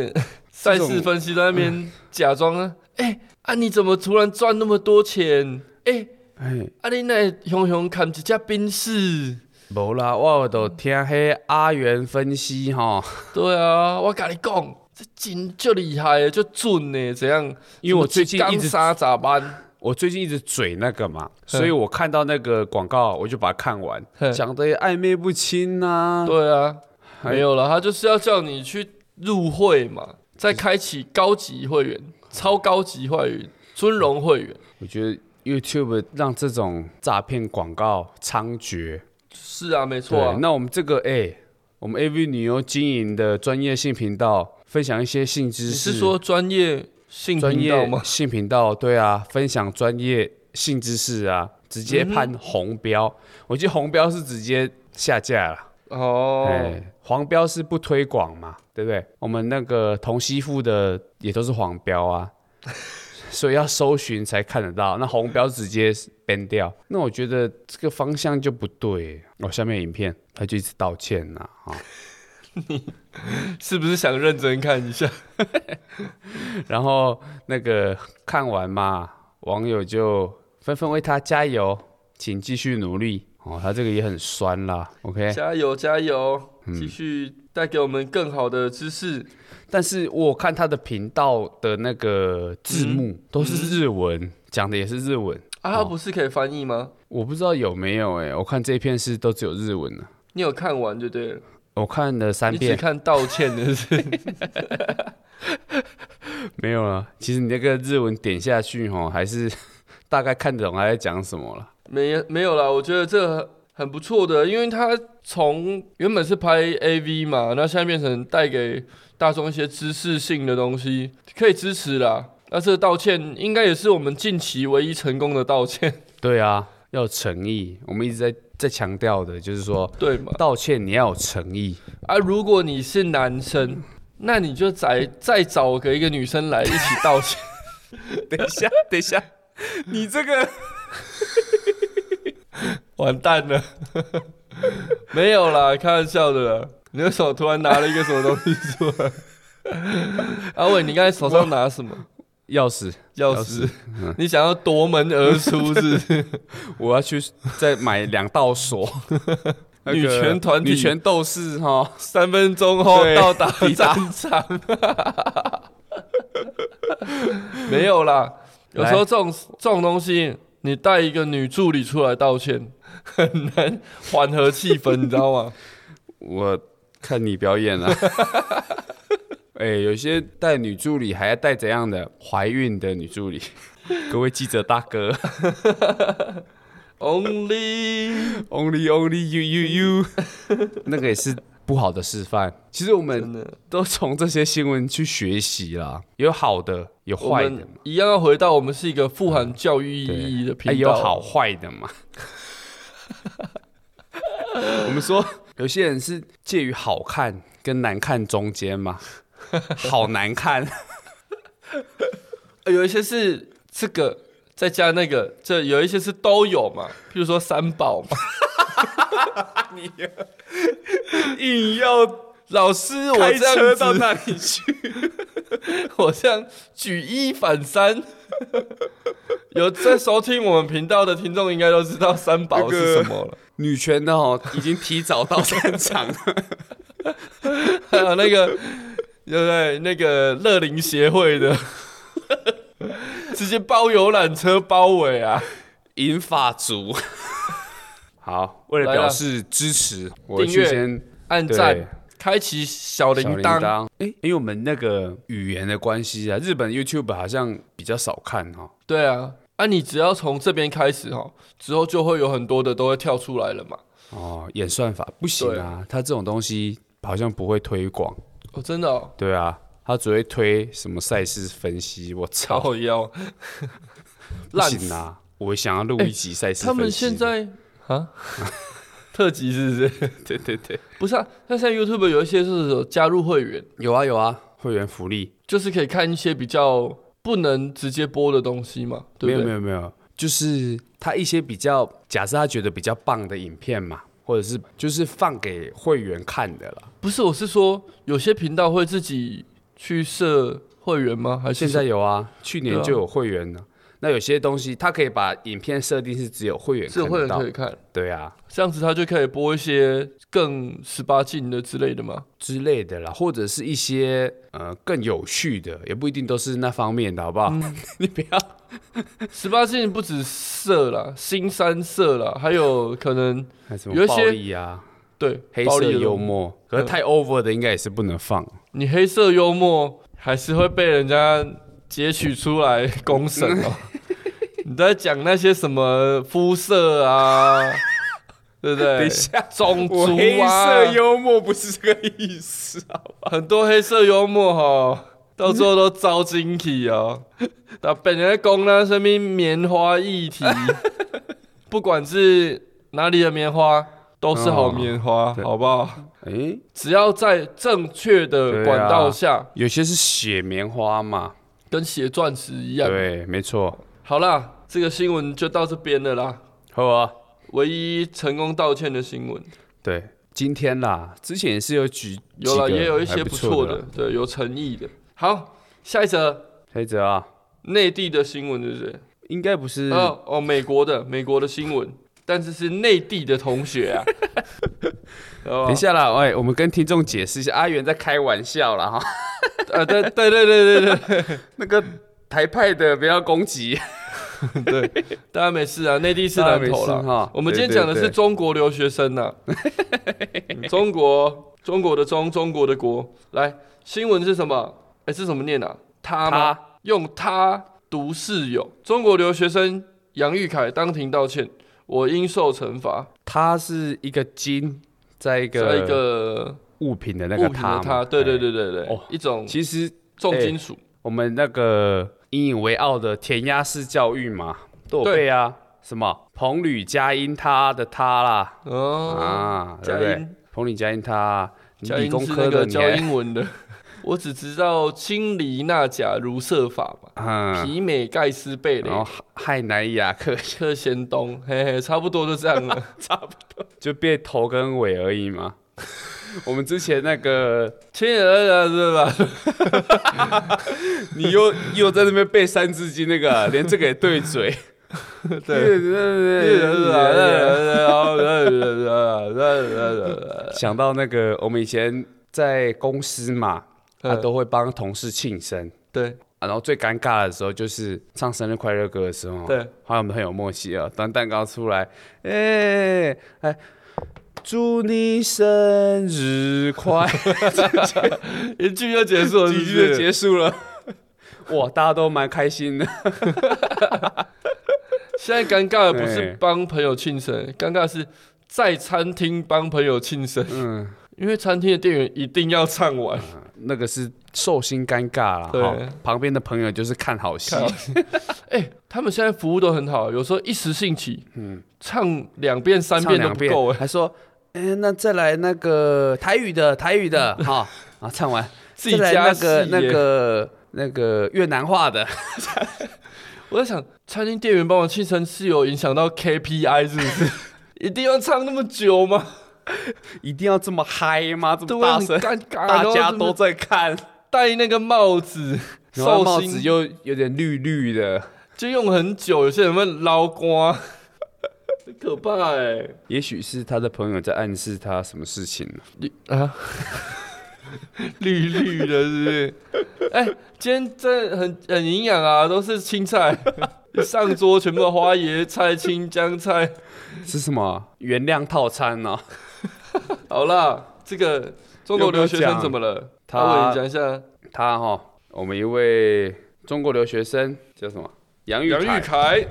Speaker 2: 赛事分析在那边假装呢，哎、啊你怎么突然赚那么多钱？哎、
Speaker 1: 哎，
Speaker 2: 啊你那熊熊砍一只冰士？
Speaker 1: 无啦，我都听黑阿元分析 吼，
Speaker 2: 对啊，我跟你讲，这真就厉害的，就准呢，怎样？
Speaker 1: 因为我最近一
Speaker 2: 刚
Speaker 1: 直
Speaker 2: 杀咋办？
Speaker 1: 我最近一直嘴那个嘛，所以我看到那个广告，我就把它看完，
Speaker 2: 嘿
Speaker 1: 讲的也暧昧不清呐、
Speaker 2: 对啊，
Speaker 1: 还
Speaker 2: 没有了，他就是要叫你去入会嘛，再开启高级会员、超高级会员、尊荣会员，
Speaker 1: 我觉得 YouTube 让这种诈骗广告猖獗，
Speaker 2: 是啊，没错
Speaker 1: 对，
Speaker 2: 啊，
Speaker 1: 那我们这个哎、我们 AV 女优经营的专业性频道，分享一些性知
Speaker 2: 你
Speaker 1: 识，
Speaker 2: 是说专业性
Speaker 1: 专
Speaker 2: 频道
Speaker 1: 业
Speaker 2: 吗？
Speaker 1: 性频道？对啊，分享专业性知识啊，直接判红标。
Speaker 2: 嗯
Speaker 1: 我记得红标是直接下架了，哎、
Speaker 2: 哦，
Speaker 1: 黄标是不推广嘛，对不对？我们那个同媳妇的也都是黄标 啊。所以要搜寻才看得到，那红标直接 ban 掉。那我觉得这个方向就不对。哦，下面影片他就一直道歉呐、啊，
Speaker 2: 是不是想认真看一下？
Speaker 1: 然后那个看完嘛，网友就纷纷为他加油，请继续努力哦。他这个也很酸啦，OK。
Speaker 2: 加油加油，
Speaker 1: 嗯
Speaker 2: 继续带给我们更好的知识。
Speaker 1: 但是我看他的频道的那个字幕、都是日文，讲的也是日文，
Speaker 2: 啊，它不是可以翻译吗？
Speaker 1: 我不知道有没有哎、我看这一片是都只有日文了，
Speaker 2: 你有看完就对了，
Speaker 1: 我看了三
Speaker 2: 你只
Speaker 1: 遍，
Speaker 2: 看道歉的是
Speaker 1: 没有了。其实你那个日文点下去哦，还是 大概看得懂他在讲什么了。
Speaker 2: 没没有啦，我觉得这很很不错的，因为他从原本是拍 AV 嘛，那现在变成带给大众一些知识性的东西，可以支持啦。那这个道歉应该也是我们近期唯一成功的道歉，
Speaker 1: 对啊，要有诚意，我们一直在在强调的就是说，
Speaker 2: 对吗？
Speaker 1: 道歉你要有诚意，
Speaker 2: 啊，如果你是男生，那你就再再找个一个女生来一起道歉。
Speaker 1: 等一下，等一下，你这个
Speaker 2: 完蛋了， 没有啦，开玩笑的啦。你的手突然拿了一个什么东西出来？ 阿伟，你刚才手上拿什么？
Speaker 1: 钥匙，
Speaker 2: 钥匙？嗯你想要夺门而出是 不是？
Speaker 1: 我要去再买两道 锁。那个
Speaker 2: 女权团体
Speaker 1: 女权斗士哈，
Speaker 2: 三分钟后
Speaker 1: 对
Speaker 2: 到达
Speaker 1: 抵达
Speaker 2: 战场。 没有啦，有时候这种这种东西，你带一个女助理出来道歉，很难缓和气氛，你知道吗？
Speaker 1: 我看你表演了。 哎、有些带女助理还要带怎样的怀孕的女助理？ 各位记者大哥
Speaker 2: Only
Speaker 1: ，Only Only You You You，那 个也是不好的示范。其实我们
Speaker 2: 真的。
Speaker 1: 都从这些新闻去学习啦， 有好的，有
Speaker 2: 我
Speaker 1: 坏的
Speaker 2: 们。一样要回到我们是一个富含教育意义的
Speaker 1: 哎
Speaker 2: 频道，
Speaker 1: 有好坏的嘛。 我们说有些人是介于好看跟难看中间 嘛，好难看，
Speaker 2: 呃，有一些是这个再加那个，这有一些是都有嘛，譬如说三宝 嘛。
Speaker 1: 硬要
Speaker 2: 老师，我
Speaker 1: 开
Speaker 2: 这
Speaker 1: 车
Speaker 2: 样
Speaker 1: 到
Speaker 2: 子，
Speaker 1: 那里去。
Speaker 2: 我这样举一反 三。有在收听我们频道的听众应该都知道三宝是什么了，
Speaker 1: 女权的哦，已经提早到战场了。
Speaker 2: 还有 那个对不对？那个乐龄协会的， 直接包游览车包围啊！
Speaker 1: 银发族。好，为了
Speaker 2: 来
Speaker 1: 表
Speaker 2: 了
Speaker 1: 示支持，我
Speaker 2: 订
Speaker 1: 去
Speaker 2: 阅
Speaker 1: 先
Speaker 2: 按
Speaker 1: 对
Speaker 2: 赞，开启小铃
Speaker 1: 小铃
Speaker 2: 铛。
Speaker 1: 铛。哎、因为我们那个语言的关系啊，日本 YouTube 好像比较少看哈、哦。
Speaker 2: 对啊，啊，你只要从这边开始哈，之后就会有很多的都会跳出来了嘛。
Speaker 1: 哦，演算法不行啊，它这种东西好像不会推广，
Speaker 2: 哦，真的、哦，
Speaker 1: 对啊，它只会推什么赛事分析，我操，啊
Speaker 2: 靠腰，
Speaker 1: 不
Speaker 2: 烂
Speaker 1: 行
Speaker 2: 死
Speaker 1: 啊！我想要录一集赛事分析、
Speaker 2: 哎他们现在啊， 特辑是不是？
Speaker 1: 对对对，
Speaker 2: 不是啊，那现在 YouTube 有一些是有加入会员，
Speaker 1: 有啊有啊，会员福利。
Speaker 2: 就是可以看一些比较不能直接播的东西嘛，对不对？
Speaker 1: 没有没有没有，就是他一些比较，假设他觉得比较棒的影片嘛，或者是就是放给会员看的啦。
Speaker 2: 不是，我是说有些频道会自己去设会员吗？还是
Speaker 1: 现在有啊，去
Speaker 2: 对
Speaker 1: 年
Speaker 2: 啊
Speaker 1: 就有会员了。那有些东西，他可以把影片设定是只有会员
Speaker 2: 是
Speaker 1: 看
Speaker 2: 会
Speaker 1: 得
Speaker 2: 员
Speaker 1: 到
Speaker 2: 可以，看？
Speaker 1: 对啊
Speaker 2: 这样子他就可以播一些更十八禁的之类的 嘛？
Speaker 1: 之类的啦，或者是一些呃更有趣的，也不一定都是那方面的，好不好？
Speaker 2: 嗯
Speaker 1: 你不要
Speaker 2: 十八禁不止色啦，新三色啦，还有可能
Speaker 1: 还有什么
Speaker 2: 有一
Speaker 1: 暴
Speaker 2: 些
Speaker 1: 力啊，
Speaker 2: 对
Speaker 1: 黑
Speaker 2: 暴力的
Speaker 1: 色
Speaker 2: 东西
Speaker 1: 幽默，可是太 over 的应该也是不能 放。
Speaker 2: 你黑色幽默还是会被人家截取出来公审哦。 你在讲那些什么肤色啊，对不对？
Speaker 1: 等一下
Speaker 2: 种
Speaker 1: 我
Speaker 2: 族
Speaker 1: 黑
Speaker 2: 啊，
Speaker 1: 色幽默不是这个意思啊，
Speaker 2: 很多黑色幽默哈、到最后都遭惊体哦。那本人讲那什么棉花议 题，不管是哪里的棉花，都是好棉花，好不好？
Speaker 1: 哎、
Speaker 2: 只要在正确的管道下，
Speaker 1: 有些是写棉花嘛，
Speaker 2: 跟写钻石一样。
Speaker 1: 对，没错，
Speaker 2: 好啦，这个新闻就到这边了啦。
Speaker 1: 好啊，
Speaker 2: 唯一成功道歉的新闻，
Speaker 1: 对，今天啦，之前也是有举，
Speaker 2: 有了
Speaker 1: 几个
Speaker 2: 也有一些
Speaker 1: 还
Speaker 2: 不
Speaker 1: 不
Speaker 2: 错
Speaker 1: 的
Speaker 2: 的
Speaker 1: 啦，，
Speaker 2: 对，有诚意的。好，下一则
Speaker 1: 黑泽啊，
Speaker 2: 内地的新闻，对不对？
Speaker 1: 应该不是，
Speaker 2: 哦哦，美国的美国的新闻，但是是内地的同学 啊。哦
Speaker 1: 等
Speaker 2: 等
Speaker 1: 一，下啦，哎、我们跟听众解释一下，阿元在开玩笑啦哈，
Speaker 2: 呃，对对对对对对
Speaker 1: 那个台派的不要攻击，
Speaker 2: 对，大家没事啊，内 地是南投
Speaker 1: 大家没事
Speaker 2: 啦
Speaker 1: 哈。
Speaker 2: 我们今天讲的是中国留学生 呐，嗯中国中国的中，中国的国。来，新闻是什么？哎，是什么念啊？他吗？
Speaker 1: 他
Speaker 2: 用他毒室友。中国留学生杨玉凯当庭道歉，我应受惩罚。
Speaker 1: 他是一个金，在一
Speaker 2: 在
Speaker 1: 个
Speaker 2: 一个
Speaker 1: 物品的那
Speaker 2: 物
Speaker 1: 个
Speaker 2: 品
Speaker 1: 他
Speaker 2: 的
Speaker 1: 嘛，
Speaker 2: 他，对对
Speaker 1: 哎，
Speaker 2: 对对对
Speaker 1: 哦，
Speaker 2: 一种
Speaker 1: 其实
Speaker 2: 重金属。
Speaker 1: 我们那个引以为傲的填鸭式教育嘛，都有
Speaker 2: 对
Speaker 1: 背啊，什么彭吕佳音他的他啦，
Speaker 2: 哦，
Speaker 1: 啊，对
Speaker 2: 佳
Speaker 1: 不对？
Speaker 2: 音，
Speaker 1: 彭吕佳音他，你
Speaker 2: 佳
Speaker 1: 理
Speaker 2: 音
Speaker 1: 工
Speaker 2: 是
Speaker 1: 科
Speaker 2: 那
Speaker 1: 的
Speaker 2: 个
Speaker 1: 你啊
Speaker 2: 教
Speaker 1: 还，
Speaker 2: 英文的。 我只知道氢离钠钾如瑟法嘛，
Speaker 1: 嗯，哦
Speaker 2: 皮美盖斯贝雷
Speaker 1: 然后害害南亚克
Speaker 2: 克贤东，嘿嘿，差不多就这样了。
Speaker 1: 就变头跟尾而已嘛。 我们之前那个，
Speaker 2: 亲人啊，是吧？
Speaker 1: 你又又在那边背《三字经》那个，连这个也对嘴，
Speaker 2: 啊
Speaker 1: 对对对对对，想到那个我们以前在公司嘛，他
Speaker 2: 嗯
Speaker 1: 都会帮同事庆生。
Speaker 2: 对
Speaker 1: 啊，然后最尴尬的时候就是唱生日快乐歌的时候，
Speaker 2: 对，
Speaker 1: 后来我们很有默契啊，端蛋糕出来，哎、哎，祝你生日快乐，
Speaker 2: 一句就结束了，
Speaker 1: 几句就是结束了。哇，大家都蛮开心的，
Speaker 2: 现在尴尬的不是
Speaker 1: 哎
Speaker 2: 帮朋友庆生，尴尬的是在餐厅帮朋友庆生，
Speaker 1: 嗯，
Speaker 2: 因为餐厅的店员一定要唱完。
Speaker 1: 那个是寿星尴尬啦，
Speaker 2: 对
Speaker 1: 哈旁边的朋友就是看好戏
Speaker 2: 看，好哎、他们现在服务都很好，有时候一时兴起，嗯，唱两遍三
Speaker 1: 唱
Speaker 2: 遍都
Speaker 1: 两
Speaker 2: 不够哎、
Speaker 1: 还说，哎、那再来那个台语的，台 语的，哈，啊，唱完，
Speaker 2: 自己
Speaker 1: 再来
Speaker 2: 加
Speaker 1: 那
Speaker 2: 戏
Speaker 1: 个
Speaker 2: 耶、
Speaker 1: 那个那个越南话的，
Speaker 2: 我在想，餐厅店员帮我庆生是有影响到 KPI 是不 是？一定要唱那么久吗？
Speaker 1: 一定要这么嗨吗？这
Speaker 2: 对
Speaker 1: 么
Speaker 2: 啊，
Speaker 1: 大
Speaker 2: 很
Speaker 1: 声，
Speaker 2: 尴尬，
Speaker 1: 大家
Speaker 2: 然后
Speaker 1: 都在看，
Speaker 2: 戴那个帽子，
Speaker 1: 然后帽
Speaker 2: 寿
Speaker 1: 子
Speaker 2: 星
Speaker 1: 又有点绿绿的，
Speaker 2: 就用很久，有些人会捞光，很可怕哎、
Speaker 1: 也许是他的朋友在暗示他什么事情呢
Speaker 2: 绿啊， 绿绿的，是不 是？哎、今天真的很很营养啊，都是青菜， 一上桌全部都花椰菜、青江菜。
Speaker 1: 是什么原谅套餐呢、
Speaker 2: 好啦，这个中国留学
Speaker 1: 有没有
Speaker 2: 生
Speaker 1: 讲
Speaker 2: 怎么了？
Speaker 1: 他
Speaker 2: 阿伟，你讲一下
Speaker 1: 他哈、我们一位中国留学生叫什么杨玉
Speaker 2: 杨
Speaker 1: 凯
Speaker 2: 玉，凯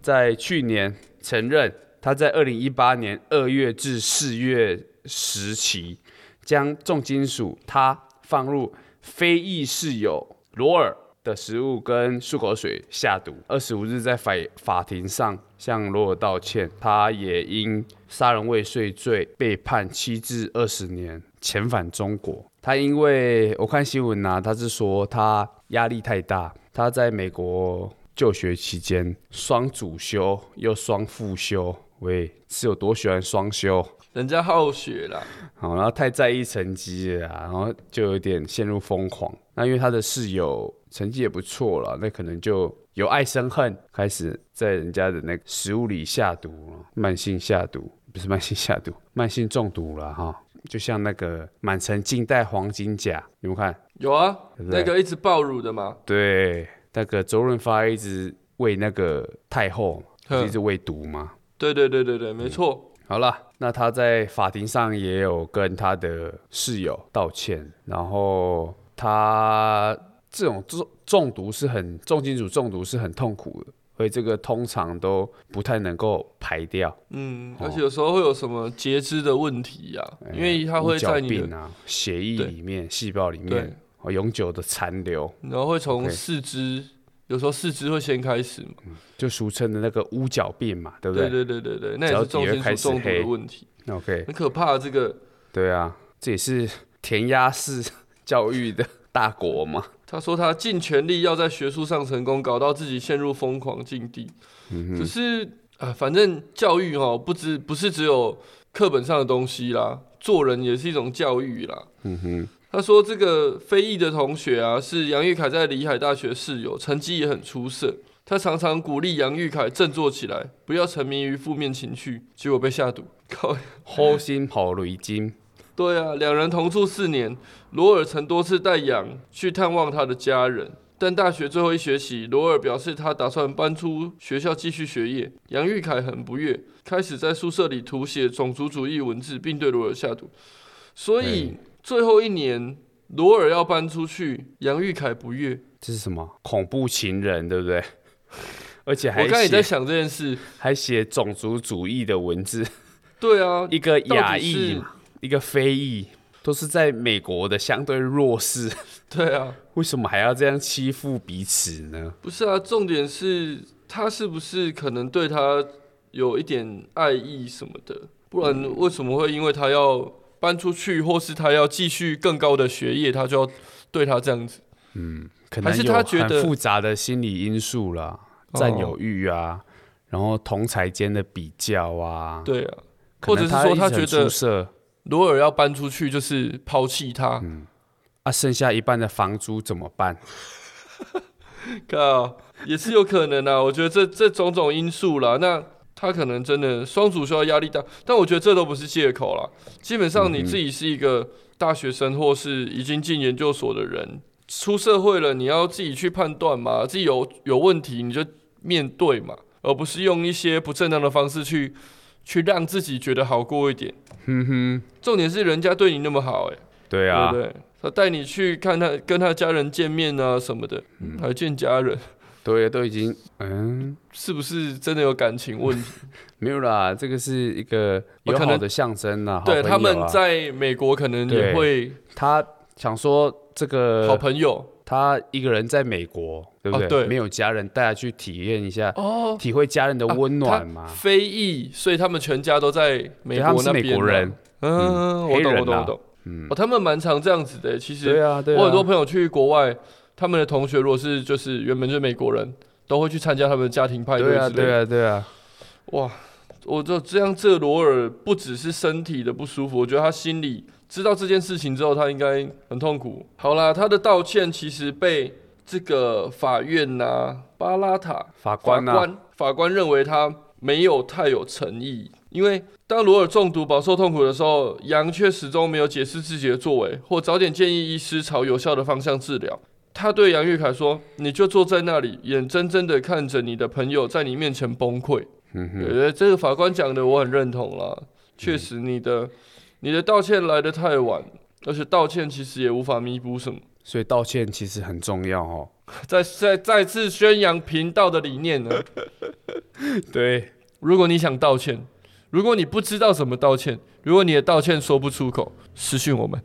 Speaker 1: 在去年承认他在二零一八年二月至四月时期，将重金属它放入非裔室友罗尔的食物跟漱口水下毒。二十五日在法法庭上向罗尔道歉，他也因杀人未遂罪被判七至二十年，遣返中国。他因为我看新闻呐、他是说他压力太大，他在美国就学期间双主修又双副修，喂，是有多喜欢双修？
Speaker 2: 人家好学啦，
Speaker 1: 好，然后太在意成绩了啊，然后就有点陷入疯狂。那因为他的室友成绩也不错了，那可能就由爱生恨，开始在人家的那个食物里下毒了，慢性下毒不是慢性下毒， 慢性中毒了哈。就像那个满城尽带黄金甲，你们看，
Speaker 2: 有啊，
Speaker 1: 对不对
Speaker 2: 那个一直爆乳的嘛，
Speaker 1: 对，那个周润发一直喂那个太后，
Speaker 2: 哼
Speaker 1: 一直喂毒嘛。
Speaker 2: 对对对对对，
Speaker 1: 嗯
Speaker 2: 没错，
Speaker 1: 好了，那他在法庭上也有跟他的室友道歉，然后他这种中中毒是很重金属中毒是很痛苦的，所以这个通常都不太能够排掉，
Speaker 2: 嗯，而且有时候会有什么截肢的问题呀、因为它会
Speaker 1: 无角
Speaker 2: 在你
Speaker 1: 哎病
Speaker 2: 的，
Speaker 1: 啊、血液
Speaker 2: 对
Speaker 1: 里面、细胞里面
Speaker 2: 对
Speaker 1: 哦永久的残留，哦
Speaker 2: 然后会从
Speaker 1: OK
Speaker 2: 四肢，有时候四肢会先开始嘛，
Speaker 1: 就俗称的那个乌角病嘛，对不
Speaker 2: 对
Speaker 1: 对
Speaker 2: 对对对对，那也是重金
Speaker 1: 脚底会开
Speaker 2: 属
Speaker 1: 始
Speaker 2: 中毒
Speaker 1: 黑
Speaker 2: 的问题，
Speaker 1: o k
Speaker 2: 很可怕。啊这个
Speaker 1: 对啊，这也是填鸭式教育的大国 嘛。
Speaker 2: 他说他尽全力要在学术上成功，搞到自己陷入疯狂境地。
Speaker 1: 嗯
Speaker 2: 可是啊、反正教育哦，不只不是只有课本上的东西啦，做人也是一种教育啦。
Speaker 1: 嗯哼，
Speaker 2: 他说这个非裔的同学啊，是杨玉凯在里海大学室友，成绩也很出色。他常常鼓励杨玉凯振作起来，不要沉迷于负面情绪，结果被下毒。 靠，
Speaker 1: 好心好雷金，
Speaker 2: 对啊，两人同住四年，罗尔曾多次带养去探望他的家人。但大学最后一学期，罗尔表示他打算搬出学校继续学业。杨玉凯很不悦，开始在宿舍里涂写种族主义文字，并对罗尔下毒。所以最后一年，罗尔要搬出去，杨玉凯不悦。
Speaker 1: 这是什么恐怖情人，对不对？ 而且
Speaker 2: 我
Speaker 1: 还
Speaker 2: 刚才也在
Speaker 1: 写
Speaker 2: 想这件事，
Speaker 1: 还写种族主义的文 字，
Speaker 2: 对啊，
Speaker 1: 一个亚
Speaker 2: 到底
Speaker 1: 裔
Speaker 2: 是
Speaker 1: 嘛，一个非裔，都是在美国的相对弱势，
Speaker 2: 对啊，
Speaker 1: 为什么还要这样欺负彼此呢？
Speaker 2: 不是啊，重点是他是不是可能对他有一点爱意什么的，不
Speaker 1: 嗯
Speaker 2: 然为什么会因为他要搬出去，或是他要继续更高的学业，他就要对他这样子？
Speaker 1: 可
Speaker 2: 还
Speaker 1: 能
Speaker 2: 是
Speaker 1: 有
Speaker 2: 他觉
Speaker 1: 很
Speaker 2: 得
Speaker 1: 复杂的心理因素啦，
Speaker 2: 哦
Speaker 1: 占有欲啊，然后同才间的比较啊，
Speaker 2: 对啊，
Speaker 1: 可
Speaker 2: 或者是
Speaker 1: 能
Speaker 2: 说
Speaker 1: 一直
Speaker 2: 他
Speaker 1: 很
Speaker 2: 觉得
Speaker 1: 出色
Speaker 2: 罗尔要搬出去就是抛弃他，
Speaker 1: 啊，剩下一半的房租怎么办？
Speaker 2: 靠，也是有可能啊。我觉得这这种种因素啦，那他可能真的双主修压力大，但我觉得这都不是借口啦。基本上
Speaker 1: 嗯
Speaker 2: 你自己是一个大学生或是已经进研究所的人，出社会了，你要自己去判断嘛，自己有有问题你就面对嘛，而不是用一些不正当的方式去去让自己觉得好过一点。
Speaker 1: 哼嗯哼，
Speaker 2: 重点是人家对你那么好、欸，
Speaker 1: 对啊，
Speaker 2: 对不对？他带你去看他跟他家人见面啊什么的，
Speaker 1: 嗯
Speaker 2: 还见家人。
Speaker 1: 对，都已经嗯。
Speaker 2: 是不是真的有感情问题？
Speaker 1: 没有啦，这个是一个
Speaker 2: 我
Speaker 1: 友
Speaker 2: 可能
Speaker 1: 好的象征啦。好
Speaker 2: 对，
Speaker 1: 朋
Speaker 2: 他
Speaker 1: 友
Speaker 2: 们
Speaker 1: 啊
Speaker 2: 在美国可能
Speaker 1: 对
Speaker 2: 也会
Speaker 1: 他想说这
Speaker 2: 好
Speaker 1: 个
Speaker 2: 朋友
Speaker 1: 他一个人在美国，对不对？
Speaker 2: 哦对
Speaker 1: 没有家人，带他去体验一下，
Speaker 2: 哦，
Speaker 1: 体会家人的温暖嘛。
Speaker 2: 非裔，所以他们全家都在美
Speaker 1: 对哦他们
Speaker 2: 国
Speaker 1: 是
Speaker 2: 那
Speaker 1: 啊美
Speaker 2: 边。
Speaker 1: 国啊人，，
Speaker 2: 嗯，
Speaker 1: 黑
Speaker 2: 我懂，
Speaker 1: 人
Speaker 2: 我懂，
Speaker 1: 啊
Speaker 2: 我懂。哦，他们蛮常这样子的。其
Speaker 1: 对
Speaker 2: 实
Speaker 1: 啊，对啊。
Speaker 2: 我很多朋友去国外，他们的同学如果是就是原本就是美国人，都会去参加他们的家庭派对
Speaker 1: 对啊，
Speaker 2: 之类
Speaker 1: 对
Speaker 2: 的。
Speaker 1: 啊，对啊，
Speaker 2: 哇，我就这样，这罗尔不只是身体的不舒服，我觉得他心里知道这件事情之后，他应该很痛苦。好啦，他的道歉其实被这个法院呐、巴拉塔
Speaker 1: 法
Speaker 2: 法
Speaker 1: 官啊，
Speaker 2: 官法官认为他没有太有诚意，因为当罗尔中毒饱受痛苦的时候，杨却始终没有解释自己的作为，或早点建议医师朝有效的方向治疗。他对杨玉凯说：“你就坐在那里，眼睁睁地看着你的朋友在你面前崩溃。”
Speaker 1: 嗯
Speaker 2: 对
Speaker 1: 哼，
Speaker 2: 对，这个法官讲的我很认同啦。确实，你的、你的道歉来得太晚，而且道歉其实也无法弥补什么。
Speaker 1: 所以道歉其实很重要哦。
Speaker 2: 再再再次宣扬频道的理念呢，
Speaker 1: 对，
Speaker 2: 如果你想道歉，如果你不知道怎么道歉，如果你的道歉说不出口，私讯我们。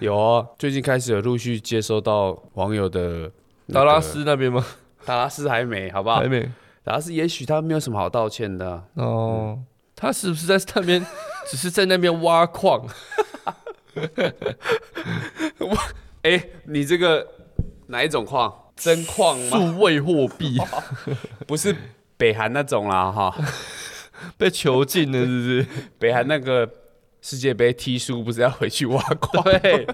Speaker 1: 有哦，最近开始有陆续接收到网友的那
Speaker 2: 达拉
Speaker 1: 个啊
Speaker 2: 斯那边吗？
Speaker 1: 达拉斯还没，好不好
Speaker 2: 还？没。
Speaker 1: 然后是也许他没有什么好道歉的啊、
Speaker 2: 哦，他是不是在那边，只是在那边挖矿？
Speaker 1: 哎、你这个哪一种矿？ 真矿吗？
Speaker 2: 数位货 币
Speaker 1: 不是北韩那种 啦，哈。
Speaker 2: 被囚禁了，是不是？
Speaker 1: 北韩那个世界杯踢输，不是要回去挖矿？
Speaker 2: 对，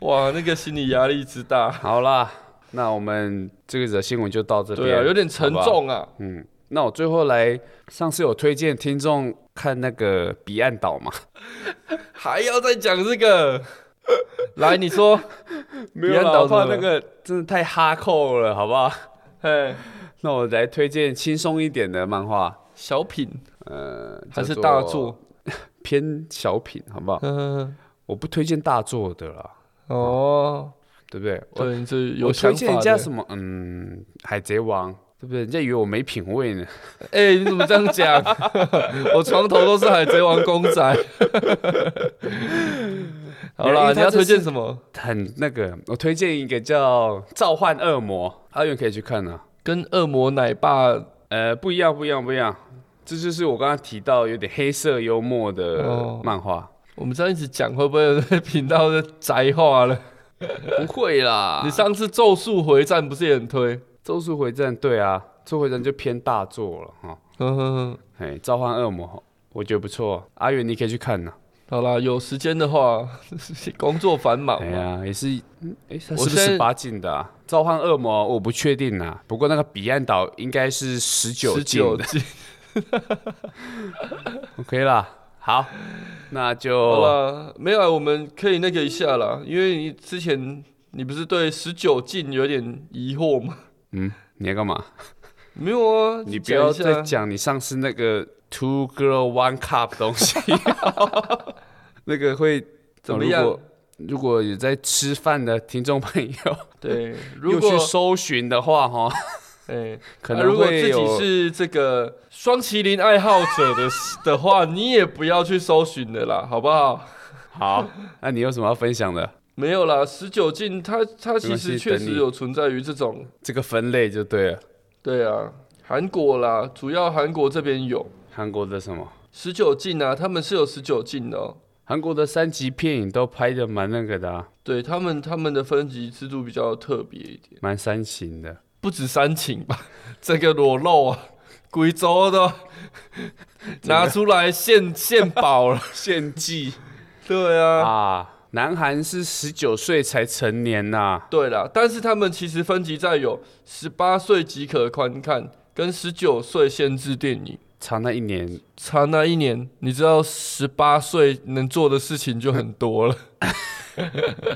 Speaker 2: 哇，那个心理压力之大，
Speaker 1: 好啦，那我们这个则新闻就到这边。
Speaker 2: 对啊，有点沉
Speaker 1: 好不好。
Speaker 2: 重啊。
Speaker 1: 嗯，那我最后来，上次有推荐听众看那个彼岸 岛嘛？
Speaker 2: 还要再讲这个， 来，你说，
Speaker 1: 没
Speaker 2: 有啦
Speaker 1: 岛
Speaker 2: 我怕
Speaker 1: 怕那
Speaker 2: 那
Speaker 1: 个真的太哈扣了，好不 好？
Speaker 2: 哎，
Speaker 1: 那我来推荐轻松一点的漫画，
Speaker 2: 小品
Speaker 1: 呃，
Speaker 2: 还是
Speaker 1: 叫做
Speaker 2: 大 作？
Speaker 1: 偏小品，好不好？
Speaker 2: 嗯，
Speaker 1: 我不推荐大作的啦，
Speaker 2: 哦，
Speaker 1: 对不对？我
Speaker 2: 对，你这有
Speaker 1: 我
Speaker 2: 想
Speaker 1: 推荐
Speaker 2: 法
Speaker 1: 人
Speaker 2: 的
Speaker 1: 家。什么？嗯，海贼王，对不对？人家以为我没品味呢。
Speaker 2: 哎，你怎么这样 讲？我床头都是海贼王公仔。好
Speaker 1: 因
Speaker 2: 啦，
Speaker 1: 为
Speaker 2: 你
Speaker 1: 他
Speaker 2: 要
Speaker 1: 这
Speaker 2: 推荐
Speaker 1: 是
Speaker 2: 什么？
Speaker 1: 很那个，我推荐一个叫《召唤恶魔》，阿远可以去看啊。
Speaker 2: 跟恶魔奶爸
Speaker 1: 呃，不一样，不一样，不一样。这就是我刚刚提到有点黑色幽默的
Speaker 2: 哦
Speaker 1: 漫画。
Speaker 2: 我们这样一直讲，会不会被 频道的宅化了？
Speaker 1: 不会 啦，
Speaker 2: 你上次《咒术回战》不是也很推？
Speaker 1: 咒术回战》对啊，《咒术回战》就偏大作了哈。
Speaker 2: 嗯哼哼，
Speaker 1: 哎，《召唤恶魔》我觉得不错，阿远你可以去看呐、啊
Speaker 2: 好啦，有时间的话，工作繁忙
Speaker 1: 哎
Speaker 2: 嘛。
Speaker 1: 呀，也是，嗯哎，它
Speaker 2: 我
Speaker 1: 是
Speaker 2: 现
Speaker 1: 不是
Speaker 2: 在
Speaker 1: 八禁的、啊？《召唤恶魔》我不确定啊，不过那个彼岸岛应该是十九
Speaker 2: 十
Speaker 1: 禁
Speaker 2: 九
Speaker 1: 的。
Speaker 2: 集，
Speaker 1: OK 啦，好，那
Speaker 2: 好
Speaker 1: 就
Speaker 2: 啦，没有啊，我们可以那个一下啦，因为你之前你不是对十九禁有点疑惑吗？
Speaker 1: 嗯，你要干嘛？
Speaker 2: 没有啊，
Speaker 1: 你不
Speaker 2: 讲一
Speaker 1: 要
Speaker 2: 下
Speaker 1: 再讲你上次那个 two girl one cup 东西， 那个会
Speaker 2: 怎么样
Speaker 1: 如果如果有在吃饭的听众朋友，
Speaker 2: 对，如
Speaker 1: 又去
Speaker 2: 果
Speaker 1: 搜寻的话，哈，
Speaker 2: 哎，
Speaker 1: 可
Speaker 2: 啊
Speaker 1: 能
Speaker 2: 如果
Speaker 1: 会
Speaker 2: 自己
Speaker 1: 有。
Speaker 2: 是这个双麒麟爱好者的的话，你也不要去搜寻的啦，好不好？
Speaker 1: 好，那你有什么要分享的？
Speaker 2: 没有啦，十九禁它它
Speaker 1: 没
Speaker 2: 其
Speaker 1: 关系
Speaker 2: 实确
Speaker 1: 等
Speaker 2: 实
Speaker 1: 你
Speaker 2: 有存在于这种，
Speaker 1: 这个分类就对了。
Speaker 2: 对啊，韩国啦，主要韩国这边有
Speaker 1: 韩国的什么？
Speaker 2: 十九禁啊，他们是有十九禁的、哦，
Speaker 1: 韩国的三级片影都拍的蛮那个的、啊，
Speaker 2: 对他们他们的分级制度比较特别一点，
Speaker 1: 蛮煽情的。
Speaker 2: 不止煽情吧， 整个裸露啊，贵州的拿出来献献宝了，
Speaker 1: 献祭
Speaker 2: 对啊。
Speaker 1: 啊，南韩是十九岁才成年呐、
Speaker 2: 对啦，但是他们其实分级在有十八岁即可观看，跟十九岁限制电影。
Speaker 1: 差那一年
Speaker 2: 差那一年，你知道十八岁能做的事情就很多了。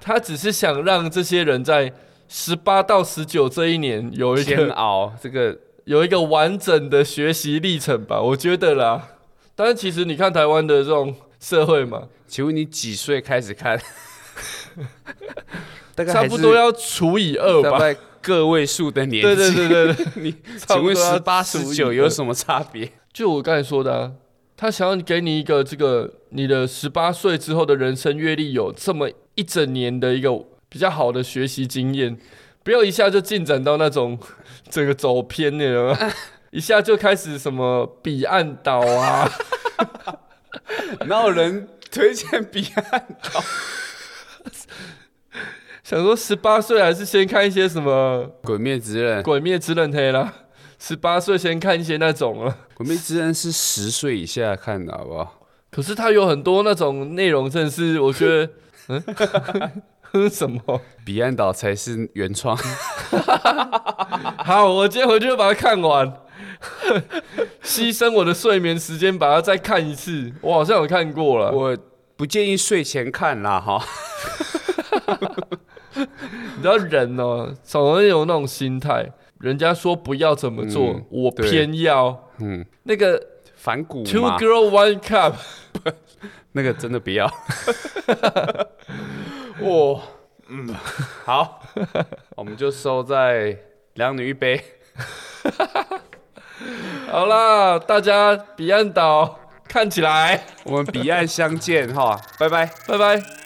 Speaker 2: 他只是想让这些人在十八到十九这一年有一
Speaker 1: 煎
Speaker 2: 个
Speaker 1: 熬，这个
Speaker 2: 有一个完整的学习历程吧，我觉得啦。但是其实你看台湾的这种社会嘛，
Speaker 1: 请问你几岁开始看？ 大概
Speaker 2: 差
Speaker 1: 还
Speaker 2: 不
Speaker 1: 是
Speaker 2: 多要除以二
Speaker 1: 大
Speaker 2: 吧。
Speaker 1: 概个位数的年纪。
Speaker 2: 对对对对 对，
Speaker 1: 你
Speaker 2: 差不
Speaker 1: 请
Speaker 2: 多
Speaker 1: 问
Speaker 2: 要
Speaker 1: 十八
Speaker 2: 除
Speaker 1: 十
Speaker 2: 以
Speaker 1: 九
Speaker 2: 二
Speaker 1: 有什么差别？
Speaker 2: 就我刚才说的、啊，他想要给你一个这个你的十八岁之后的人生阅历有这么一整年的一个比较好的学习经验，不要一下就进展到那种 这个走偏的有没 有，一下就开始什么彼岸岛啊，
Speaker 1: 哪有人推荐彼岸？
Speaker 2: 想说十八岁还是先看一些什么
Speaker 1: 《鬼灭之刃》？
Speaker 2: 《
Speaker 1: 《
Speaker 2: 鬼灭之刃》黑啦。十八岁先看一些那种啊了，
Speaker 1: 鬼灭之刃》是十岁以下看的，好不好？
Speaker 2: 可是它有很多那种内容，真的是我觉得， 嗯， 什么？
Speaker 1: 彼岸岛才是原 创。
Speaker 2: 好，我今天回去就把它看完，牺牲我的睡眠时间把它再看一次。我好像有看过了，
Speaker 1: 我不建议睡前看啦，哈。
Speaker 2: 你知道人哦，总是有那种心态，人家说不要怎么做，
Speaker 1: 嗯
Speaker 2: 我
Speaker 1: 对
Speaker 2: 偏要。
Speaker 1: 嗯，
Speaker 2: 那个
Speaker 1: 反骨
Speaker 2: two
Speaker 1: 嘛，
Speaker 2: girl one cup，
Speaker 1: 那个真的不要。 哦，嗯，好，我们就收在两女一杯。
Speaker 2: 好啦，大家彼岸岛看起来，
Speaker 1: 我们彼岸相见哈，拜拜。
Speaker 2: 拜拜。